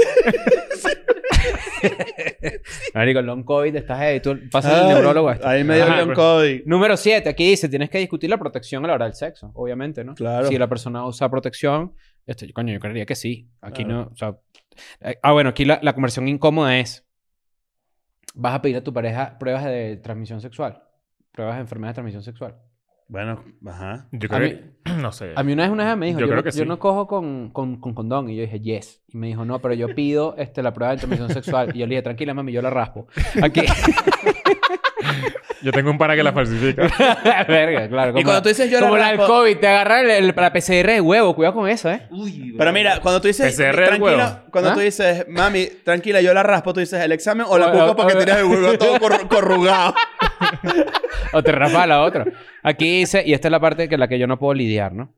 B: Marico, el long COVID estás heavy. Tú pasas
C: Ay,
B: el neurólogo este. a esto.
C: Ahí me dio
A: Ajá,
C: John
A: pues.
C: Cody.
B: Número 7, aquí dice, tienes que discutir la protección a la hora del sexo, obviamente, ¿no?
C: Claro.
B: Si la persona usa protección, este, yo, coño, yo creería que sí. Aquí no, o sea... eh, ah, bueno, aquí la, la conversión incómoda es, vas a pedir a tu pareja pruebas de transmisión sexual, pruebas de enfermedad de transmisión sexual.
C: Bueno, ajá.
A: Yo
B: A
A: creo que. No sé.
B: A mí una vez una vez me dijo, yo,
A: Yo creo
B: no-
A: que
B: yo
A: sí.
B: no cojo con, con, con condón. Y yo dije, yes. Y me dijo, no, pero yo pido este, la prueba de transmisión sexual. Y yo le dije, tranquila, mami, yo la raspo. Aquí...
A: Yo tengo un para que la falsifica.
B: Verga, claro.
C: Y cuando tú dices yo la
B: Como la del
C: raspo-
B: COVID, te agarra el, el- la PCR de huevo. Cuidado con eso, ¿eh?
D: Uy, güey.
C: Pero mira, cuando tú dices.
A: PCR del
C: tranquila,
A: huevo.
C: cuando
B: ¿Ah?
C: tú dices, mami, tranquila, yo la raspo, tú dices el examen o la
B: O- o-
C: cuco porque
B: o-
C: tienes el huevo todo corru- corrugado.
B: O te raspa la otra. Aquí dice, y esta es la parte que la que yo no puedo lidiar, ¿no?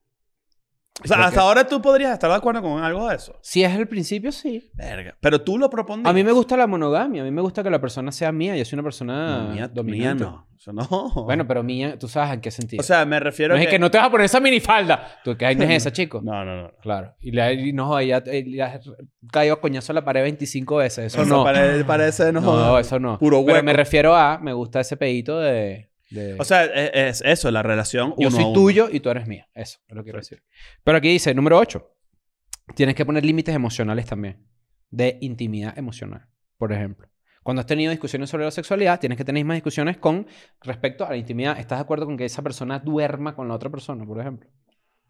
C: O sea,
B: Creo
C: hasta
B: que-
C: ahora tú podrías estar de acuerdo con algo de eso.
B: Si es el principio, sí.
C: Verga. Pero tú lo propones.
B: A mí me gusta la monogamia. A mí me gusta que la persona sea mía. Yo soy una persona
C: Mía, mía
B: dominante.
C: no. Ah, Eso no.
B: Bueno, pero mía, tú sabes en qué sentido.
C: o sea, me refiero
B: no es
C: que...
B: que no te vas a poner esa minifalda. Tú, ¿qué vaina es esa, chico?
C: No, no, no.
B: Claro. Y, le, y no, ella le has caído a coñazo a la pared 25 veces. Eso
C: Eso
B: no.
C: pare- parece no.
B: No, eh. eso no.
C: Puro hueco.
B: Pero me refiero a, me gusta ese pedito de... de-
C: O sea, e, es, es eso, la relación.
B: Yo
C: uno a
B: soy
C: uno.
B: tuyo y tú eres mía. Eso es lo que quiero decir. Pero aquí dice, número 8. Tienes que poner límites emocionales también. De intimidad emocional, por ejemplo. Cuando has tenido discusiones sobre la sexualidad, tienes que tener más discusiones con respecto a la intimidad. ¿Estás de acuerdo con que esa persona duerma con la otra persona, por ejemplo?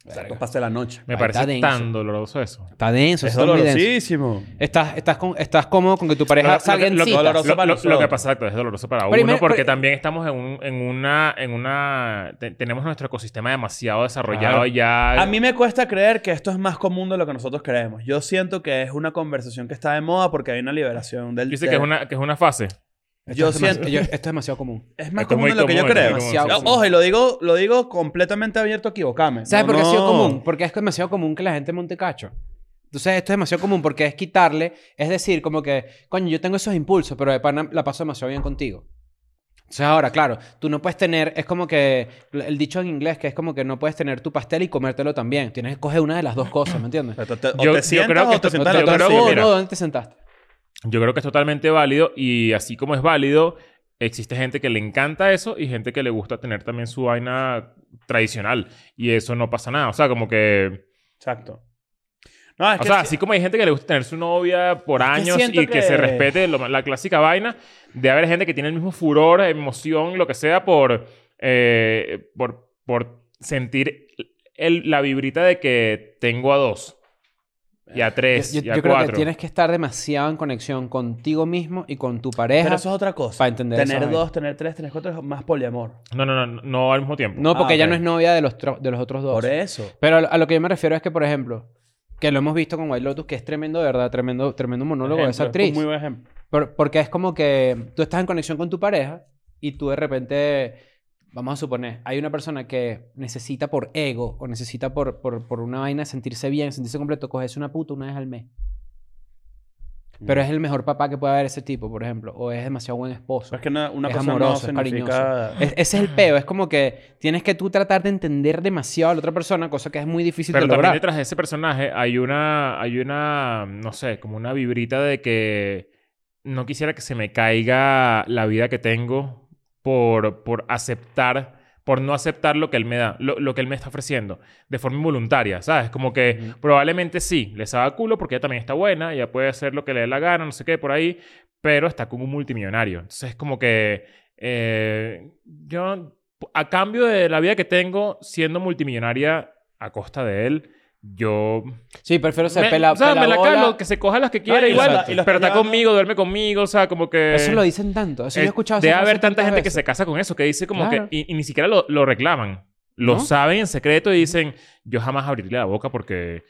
C: O sea, tú pasas la noche.
A: Me
B: Ahí está
A: parece
B: denso.
A: tan doloroso eso.
B: Está denso,
C: Es
B: está muy denso.
C: dolorosísimo.
B: Estás, estás, con- estás cómodo con que tu pareja
A: Lo- lo
B: salga
A: que-
B: en
A: lo que-
B: citas.
C: doloroso
A: Lo,
C: para
A: lo-
C: nosotros.
A: lo que pasa exacto, es doloroso para
B: Pero
A: uno
B: imagi-
A: porque
B: pero-
A: también estamos en, un- en una... En una te- tenemos nuestro ecosistema demasiado desarrollado
B: Claro.
A: ya.
C: A mí me cuesta creer que esto es más común de lo que nosotros creemos. Yo siento que es una conversación que está de moda porque hay una liberación del.
A: Dice
C: del-
A: que es, una, que es una fase.
B: Esto
C: Yo
B: es demasi-
C: siento-
B: yo- esto es demasiado común.
C: Es más
A: Esto es
C: común
A: muy
C: de lo que yo
A: común, esto es
C: creo. Ah,
A: muy
B: Demasiado
A: común, sí.
B: común.
C: Ojo, y lo digo, lo digo completamente abierto a equivocarme.
B: ¿Sabes
C: No,
B: por qué ha sido
C: no.
B: común? Porque es demasiado común que la gente monte cacho. Entonces, esto es demasiado común porque es quitarle, es decir, como que, coño, yo tengo esos impulsos, pero de pana la paso demasiado bien contigo. Entonces, ahora, claro, tú no puedes tener, es como que el dicho en inglés que es como que no puedes tener tu pastel y comértelo también. Tienes que coger una de las dos cosas, ¿me entiendes?
C: O te- o
A: Yo-
C: te
A: yo
C: sientas
A: creo que
C: o te
A: esto-
C: sientas
A: yo
C: en la otra
A: creo que-
C: silla.
B: Vos,
A: mira.
B: no, ¿dónde te sentaste?
A: Yo creo que es totalmente válido y así como es válido, existe gente que le encanta eso y gente que le gusta tener también su vaina tradicional. Y eso no pasa nada. O sea, como que...
C: Exacto. No, es
A: O
C: que
A: sea,
C: sí-
A: así como hay gente que le gusta tener su novia por
C: Es que
A: años
C: siento
A: y que, se
C: que-
A: respete lo- la clásica vaina, de haber gente que tiene el mismo furor, emoción, lo que sea, por, eh, por, por sentir el- la vibrita de que tengo a dos. y a tres,
B: Yo,
A: y a
B: yo creo que
A: cuatro.
B: tienes que estar demasiado en conexión contigo mismo y con tu pareja.
C: Pero eso es otra cosa.
B: pa' entender esa
C: Tener
B: vaina.
C: dos, tener tres, tener cuatro es más poliamor.
A: No, no, no, no al mismo tiempo.
B: No, porque
C: Ah,
B: ella
C: ok.
B: no es novia de los, tro- de los otros dos.
C: Por eso.
B: Pero a lo- a lo que yo me refiero es que, por ejemplo, que lo hemos visto con White Lotus, que es tremendo, de verdad, tremendo, tremendo monólogo de esa
C: Ejemplo, es un
B: actriz.
C: Muy buen ejemplo.
B: Por- porque es como que tú estás en conexión con tu pareja y tú de repente, vamos a suponer, hay una persona que necesita por ego o necesita por, por, por una vaina sentirse bien, sentirse completo, coges una puta una vez al mes.
A: Mm.
B: Mm. Pero es el mejor papá que puede haber ese tipo, por ejemplo, o es demasiado buen esposo.
C: Es que una, una
B: Es
C: cosa no
B: amoroso, es
C: significa...
B: Es- ese es el peo, es como que tienes que tú tratar de entender demasiado a la otra persona, cosa que es muy difícil
A: Pero
B: de
A: también
B: lograr.
A: detrás de ese personaje hay una, hay una, no sé, como una vibrita de que no quisiera que se me caiga la vida que tengo por, por aceptar, por no aceptar lo que él me da, lo, lo que él me está ofreciendo, de forma involuntaria, ¿sabes? Como que
C: Ujú.
A: probablemente sí, le sabe a culo porque ella también está buena, ella puede hacer lo que le dé la gana, no sé qué, por ahí, pero está con un multimillonario. Entonces es como que eh, yo, a cambio de la vida que tengo siendo multimillonaria a costa de él, yo...
B: Sí, prefiero ser
A: me-
B: pela,
A: o sea, me la
B: pelabola.
A: cago, que se coja las que quiera
C: y
A: igual,
C: los está- y los
A: pero está
C: está llevando-
A: conmigo, duerme conmigo, o sea, como que...
B: Eso lo dicen tanto. Eso yo he
A: Eh,
B: escuchado. esa
A: Debe
B: frase
A: haber tanta
B: tantas
A: gente que
B: veces.
A: se casa con eso, que dice como
B: Claro.
A: que... Y, y ni siquiera lo, lo reclaman. Lo
B: ¿No?
A: saben en secreto y dicen, yo jamás abrirle la boca porque...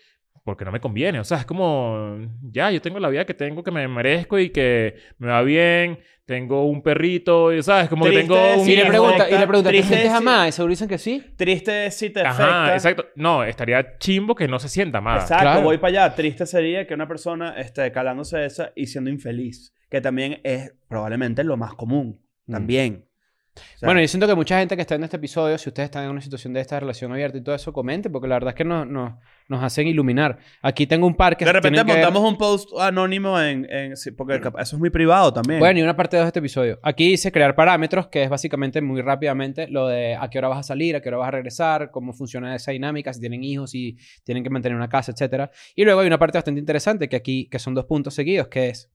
A: Porque no me conviene. O sea, es como... Ya, yo tengo la vida que tengo, que me merezco y que me va bien. Tengo un perrito, y, ¿sabes? Como que
C: Triste
A: tengo un...
B: Y le
C: Sí,
B: pregunta, y
C: afecta,
B: le pregunta, ¿te
C: tristeza.
B: sientes amada? Y seguro dicen que sí.
C: Triste es si te afecta.
A: Ajá, exacto. No, estaría chimbo que no se sienta amada.
C: Exacto,
B: Ah, Claro.
C: voy para allá. Triste sería que una persona esté calándose de esa y siendo infeliz, que también es probablemente lo más común. También. O sea,
B: Mm. Bueno, yo siento que mucha gente que está en este episodio, si ustedes están en una situación de esta relación abierta y todo eso, comenten, porque la verdad es que nos, nos, nos hacen iluminar. Aquí tengo un par que
C: de repente
B: tienen que ver-
C: montamos un post anónimo en. en- sí, porque cap- eso es muy privado también.
B: Bueno, y una parte 2 de este episodio. Aquí dice crear parámetros, que es básicamente muy rápidamente lo de a qué hora vas a salir, a qué hora vas a regresar, cómo funciona esa dinámica, si tienen hijos, si tienen que mantener una casa, etcétera. Y luego hay una parte bastante interesante que aquí, que son dos puntos seguidos, que es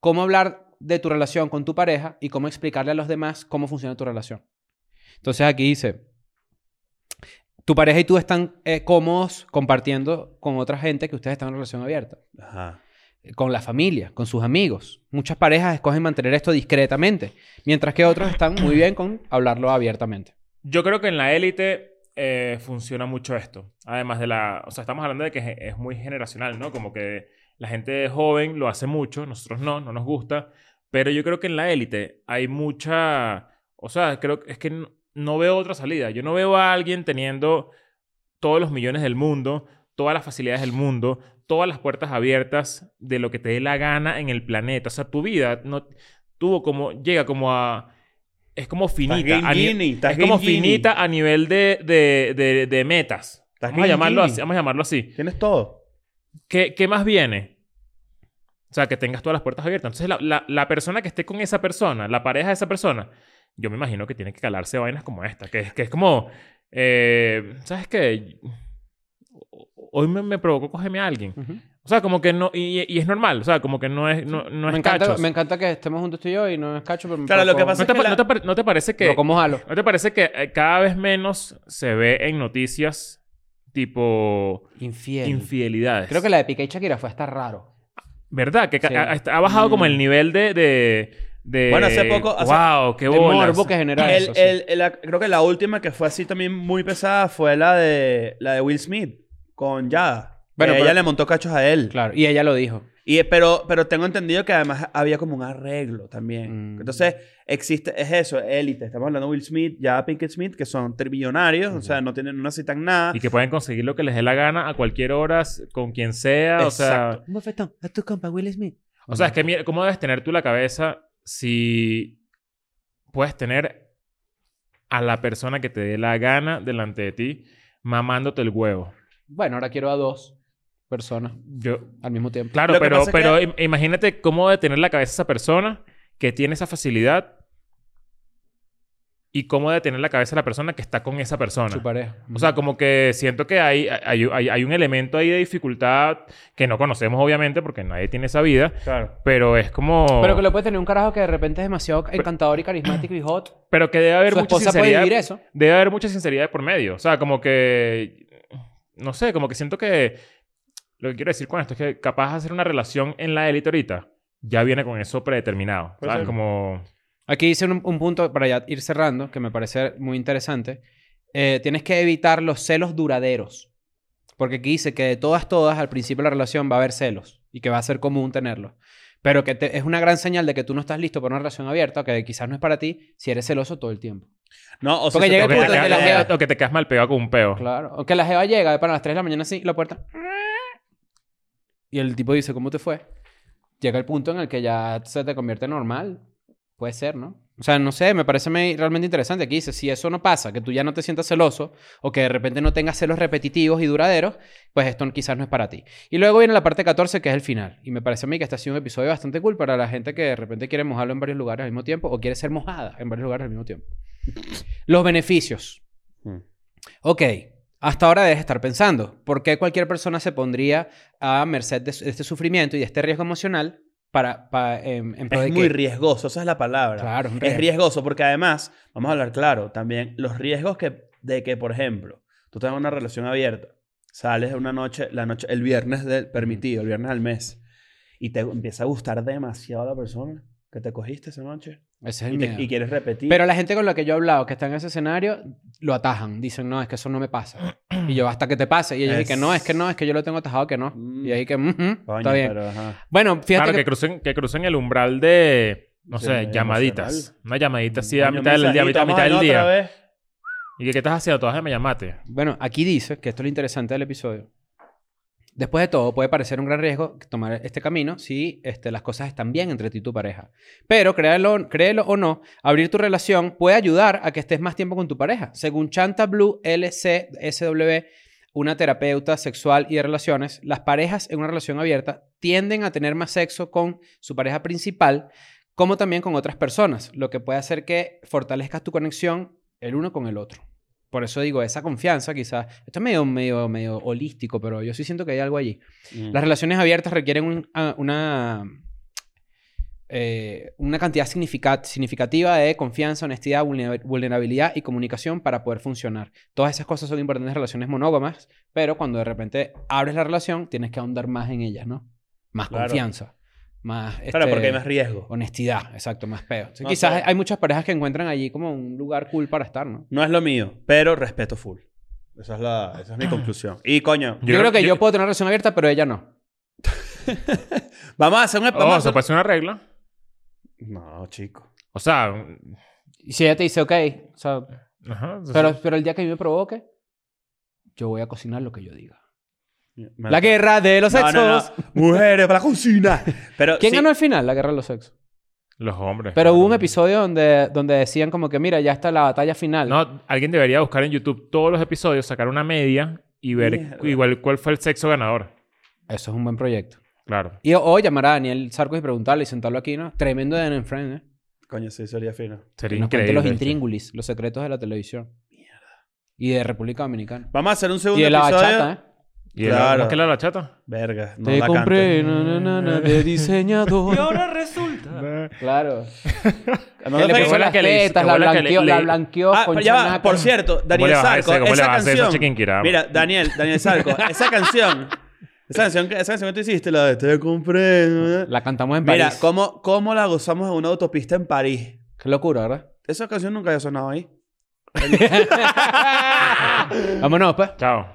B: cómo hablar de tu relación con tu pareja y cómo explicarle a los demás cómo funciona tu relación. Entonces aquí dice, tu pareja y tú están eh, cómodos compartiendo con otra gente que ustedes están en relación abierta
C: Ajá.
B: eh, con la familia, con sus amigos. Muchas parejas escogen mantener esto discretamente, mientras que otros están muy bien con hablarlo abiertamente.
A: Yo creo que en la élite eh, funciona mucho esto. Además de la... O sea, estamos hablando de que es- es muy generacional, ¿no? Como que la gente joven lo hace mucho, nosotros no, no nos gusta. Pero yo creo que en la élite hay mucha... O sea, creo que es que no- no veo otra salida. Yo no veo a alguien teniendo todos los millones del mundo, todas las facilidades del mundo, todas las puertas abiertas de lo que te dé la gana en el planeta. O sea, tu vida no tuvo como... Llega como a... Es como finita. a ni-
C: guinguini, estás
A: es como
C: guinguini.
A: finita a nivel de, de, de, de metas.
C: Estás
A: Vamos a, llamarlo
C: guinguini.
A: así, vamos a llamarlo así.
C: Tienes todo.
A: ¿Qué, qué más viene? O sea, que tengas todas las puertas abiertas. Entonces, la, la- la persona que esté con esa persona, la pareja de esa persona, yo me imagino que tiene que calarse vainas como esta, que, es- que es como, eh, ¿sabes qué? Hoy me, me provocó cogerme a alguien. O sea, como que no, y, y es normal, o sea, como que no es, no, no es
B: me, encanta,
A: cachos.
B: me encanta que estemos juntos tú y yo y no es cacho, pero... me
C: Claro, lo
B: provoco-
C: que pasa
A: ¿No te,
C: es
A: pa-
C: que la-
A: no te pare- no te parece que...
B: Pero como jalo.
A: ¿No te parece que eh, cada vez menos se ve en noticias tipo
B: Infiel.
A: infidelidades?
B: Creo que la de Piqué y Shakira fue hasta raro.
A: ¿Verdad? Que ca-
B: Sí. Mm.
A: ha, ha- ha bajado como el nivel de... de, de-
C: Bueno, hace poco- hace-
A: ¡Wow! ¡Qué
B: El
A: bolas!
B: morbo que genera
C: El-
B: eso, sí.
C: el- el- la- creo que la última que fue así también muy pesada fue la de, la de Will Smith con Yada.
B: Bueno,
C: Bueno,
B: pero-
C: ella le montó cachos a él.
B: Claro, y ella lo dijo.
C: Y, pero, pero tengo entendido que además había como un arreglo también.
B: Mm.
C: Entonces, existe, es eso, élite. Estamos hablando de Will Smith, ya Pinkett Smith, que son trillonarios,
B: Mm.
C: o sea, no tienen, no necesitan nada.
A: Y que pueden conseguir lo que les dé la gana a cualquier hora, s- con quien sea. O sea,
C: Exacto.
B: Un bofetón a tu compa Will Smith.
A: o sea, es que mira, ¿cómo debes tener tú la cabeza si puedes tener a la persona que te dé la gana delante de ti mamándote el huevo?
B: Bueno, ahora quiero a dos personas
A: Yo,
B: al mismo tiempo.
A: Claro,
C: Lo que
A: pero,
C: pasa es
A: pero
C: que-
A: im- imagínate cómo debe tener la cabeza esa persona que tiene esa facilidad y cómo debe tener la cabeza la persona que está con esa persona.
B: Su pareja.
A: O sea, como que siento que hay, hay, hay- hay un elemento ahí de dificultad que no conocemos, obviamente, porque nadie tiene esa vida,
C: Claro.
A: pero es como...
B: Pero que lo puede tener un carajo que de repente es demasiado encantador y carismático y hot.
A: pero que debe haber
B: Su
A: mucha
B: esposa puede
A: sinceridad.
B: vivir eso.
A: Debe haber mucha sinceridad de por medio. O sea, como que... No sé, como que siento que... Lo que quiero decir con esto es que capaz hacer una relación en la élite ahorita ya viene con eso predeterminado.
C: Puede
A: ¿Sabes?
C: ser.
A: Como...
B: Aquí hice un, un punto para ya ir cerrando, que me parece muy interesante. Eh, tienes que evitar los celos duraderos. Porque aquí dice que de todas, todas, al principio de la relación va a haber celos y que va a ser común tenerlos. Pero que te- es una gran señal de que tú no estás listo para una relación abierta, que quizás no es para ti, si eres celoso todo el tiempo.
C: No, o sea,
B: Porque
C: se
B: llega
A: O
B: el
C: te
A: que, te
B: punto en que la
A: quedas,
B: jeva-
A: o que te quedas mal pegado con un peo.
B: Claro. Aunque la jeva llega de pan a las 3 de la mañana así, la puerta. Y el tipo dice, ¿cómo te fue? Llega el punto en el que ya se te convierte en normal. Puede ser, ¿no? O sea, no sé, me parece me- realmente interesante. Aquí dice, si eso no pasa, que tú ya no te sientas celoso o que de repente no tengas celos repetitivos y duraderos, pues esto quizás no es para ti. Y luego viene la parte 14, que es el final. Y me parece a mí que este ha sido un episodio bastante cool para la gente que de repente quiere mojarlo en varios lugares al mismo tiempo o quiere ser mojada en varios lugares al mismo tiempo. Los beneficios.
C: Hmm.
B: Ok, hasta ahora debes estar pensando, ¿por qué cualquier persona se pondría a merced de, su- de este sufrimiento y de este riesgo emocional para, para em, en pro de
C: Es muy
B: que-
C: riesgoso, esa es la palabra.
B: Claro, es un
C: Es
B: riesgo.
C: riesgoso porque además, vamos a hablar claro, también los riesgos que, de que, por ejemplo, tú tengas una relación abierta, sales una noche, la noche, el viernes del permitido, el viernes al mes, y te empieza a gustar demasiado la persona que te cogiste esa noche
B: Ese es el
C: y, te-
B: miedo.
C: y quieres repetir.
B: Pero la gente con la que yo he hablado que está en ese escenario lo atajan. Dicen, no, es que eso no me pasa. Y yo, hasta que te pase. Y ellos
C: Es-
B: dicen, no, es que no, es que yo lo tengo atajado que no.
C: Mm.
B: Y ahí que, "Ujú,
C: Coño,
B: está bien.
C: pero, ajá.
B: Bueno, fíjate
A: Claro, que
B: que...
A: crucen, que crucen el umbral de, no
C: Sí,
A: sé,
C: emocional.
A: llamaditas. Una llamadita así a
C: Coño,
A: mitad del día, a
C: mensajito,
A: mitad, a
C: vamos
A: mitad
C: hablar
A: del
C: otra
A: día.
C: vez.
A: ¿Y que, qué estás haciendo? Todavía me llamaste.
B: Bueno, aquí dice, que esto es lo interesante del episodio. Después de todo, puede parecer un gran riesgo tomar este camino si este, las cosas están bien entre ti y tu pareja. Pero créalo, créelo o no, abrir tu relación puede ayudar a que estés más tiempo con tu pareja. Según Chanta Blue LCSW, una terapeuta sexual y de relaciones, las parejas en una relación abierta tienden a tener más sexo con su pareja principal como también con otras personas, lo que puede hacer que fortalezcas tu conexión el uno con el otro. Por eso digo, esa confianza quizás, esto es medio, medio, medio holístico, pero yo sí siento que hay algo allí.
C: Mm.
B: Las relaciones abiertas requieren un- a- una, eh, una cantidad significa- significativa de confianza, honestidad, vulnera- vulnerabilidad y comunicación para poder funcionar. Todas esas cosas son importantes en relaciones monógamas, pero cuando de repente abres la relación, tienes que ahondar más en ellas, ¿no? Más
C: Claro.
B: confianza, más...
C: Claro,
B: este,
C: porque hay más riesgo.
B: Honestidad, exacto, más peo. O sea,
C: No
B: quizás
C: sé.
B: hay muchas parejas que encuentran allí como un lugar cool para estar, ¿no?
C: No es lo mío, pero respeto full. Esa es, la, esa es mi conclusión. Y coño,
B: Yo, creo que yo puedo tener relación abierta, pero ella no.
C: vamos a hacer una...
A: Oh,
C: vamos a
A: se
C: hacer-
A: puede hacer una regla.
C: No, chico.
A: O sea, un-
B: Y si ella te dice, ok, o sea,
A: ajá, o sea,
B: pero, pero el día que a mí me provoque, yo voy a cocinar lo que yo diga.
C: Me-
B: La guerra de los
C: No,
B: sexos.
C: no, no. Mujeres para la cocina. Pero
B: ¿Quién
C: sí,
B: ganó al final? La guerra de los sexos.
A: los hombres.
B: Pero hubo un
A: claro.
B: episodio donde, donde decían como que, mira, ya está la batalla final.
A: No, alguien debería buscar en YouTube todos los episodios, sacar una media y ver
C: Mierda.
A: igual cuál fue el sexo ganador.
B: Eso es un buen proyecto.
A: Claro.
B: Y, o llamar a Daniel Sarcos y preguntarle y sentarlo aquí, ¿no? Tremendo de en Friend, ¿eh?
C: Coño, sí, sería fino.
B: Que
A: Sería
B: nos cuente
A: increíble.
B: los
A: ¿viste?
B: intríngulis, los secretos de la televisión. Y de República Dominicana.
C: Vamos a hacer un segundo
B: Y de la
C: episodio.
B: bachata, ¿eh?
A: ¿Y el-
C: Claro.
A: ¿no es que la bachata?
C: Verga, no
B: Te
C: la
B: compré
C: cantes.
B: na, na, na, na, de
D: Y
B: diseñador.
D: ahora resulta.
B: claro.
C: No,
B: Que
C: no,
B: le
C: no,
B: puso
A: buena
B: las
A: que le hizo-
B: tetas,
A: qué
B: la
A: buena que le-
B: blanqueó,
A: le-
B: la blanqueó
C: Ah,
B: con
C: pero ya va,
B: chanaca.
C: por cierto, Daniel
A: le vas a hacer?
C: Sarco,
A: ¿Cómo le
C: esa
A: vas a hacer? Eso
C: canción.
A: chiquinquirá,
C: Mira, Daniel, Daniel Sarco, esa canción. Esa canción, que- esa canción que tú hiciste, la de Te compré. ¿no?
B: La cantamos en
C: Mira,
B: París.
C: cómo, cómo la gozamos en una autopista en París.
B: Qué locura, ¿verdad?
C: Esa canción nunca había sonado ahí.
B: Vámonos, pues.
A: Chao.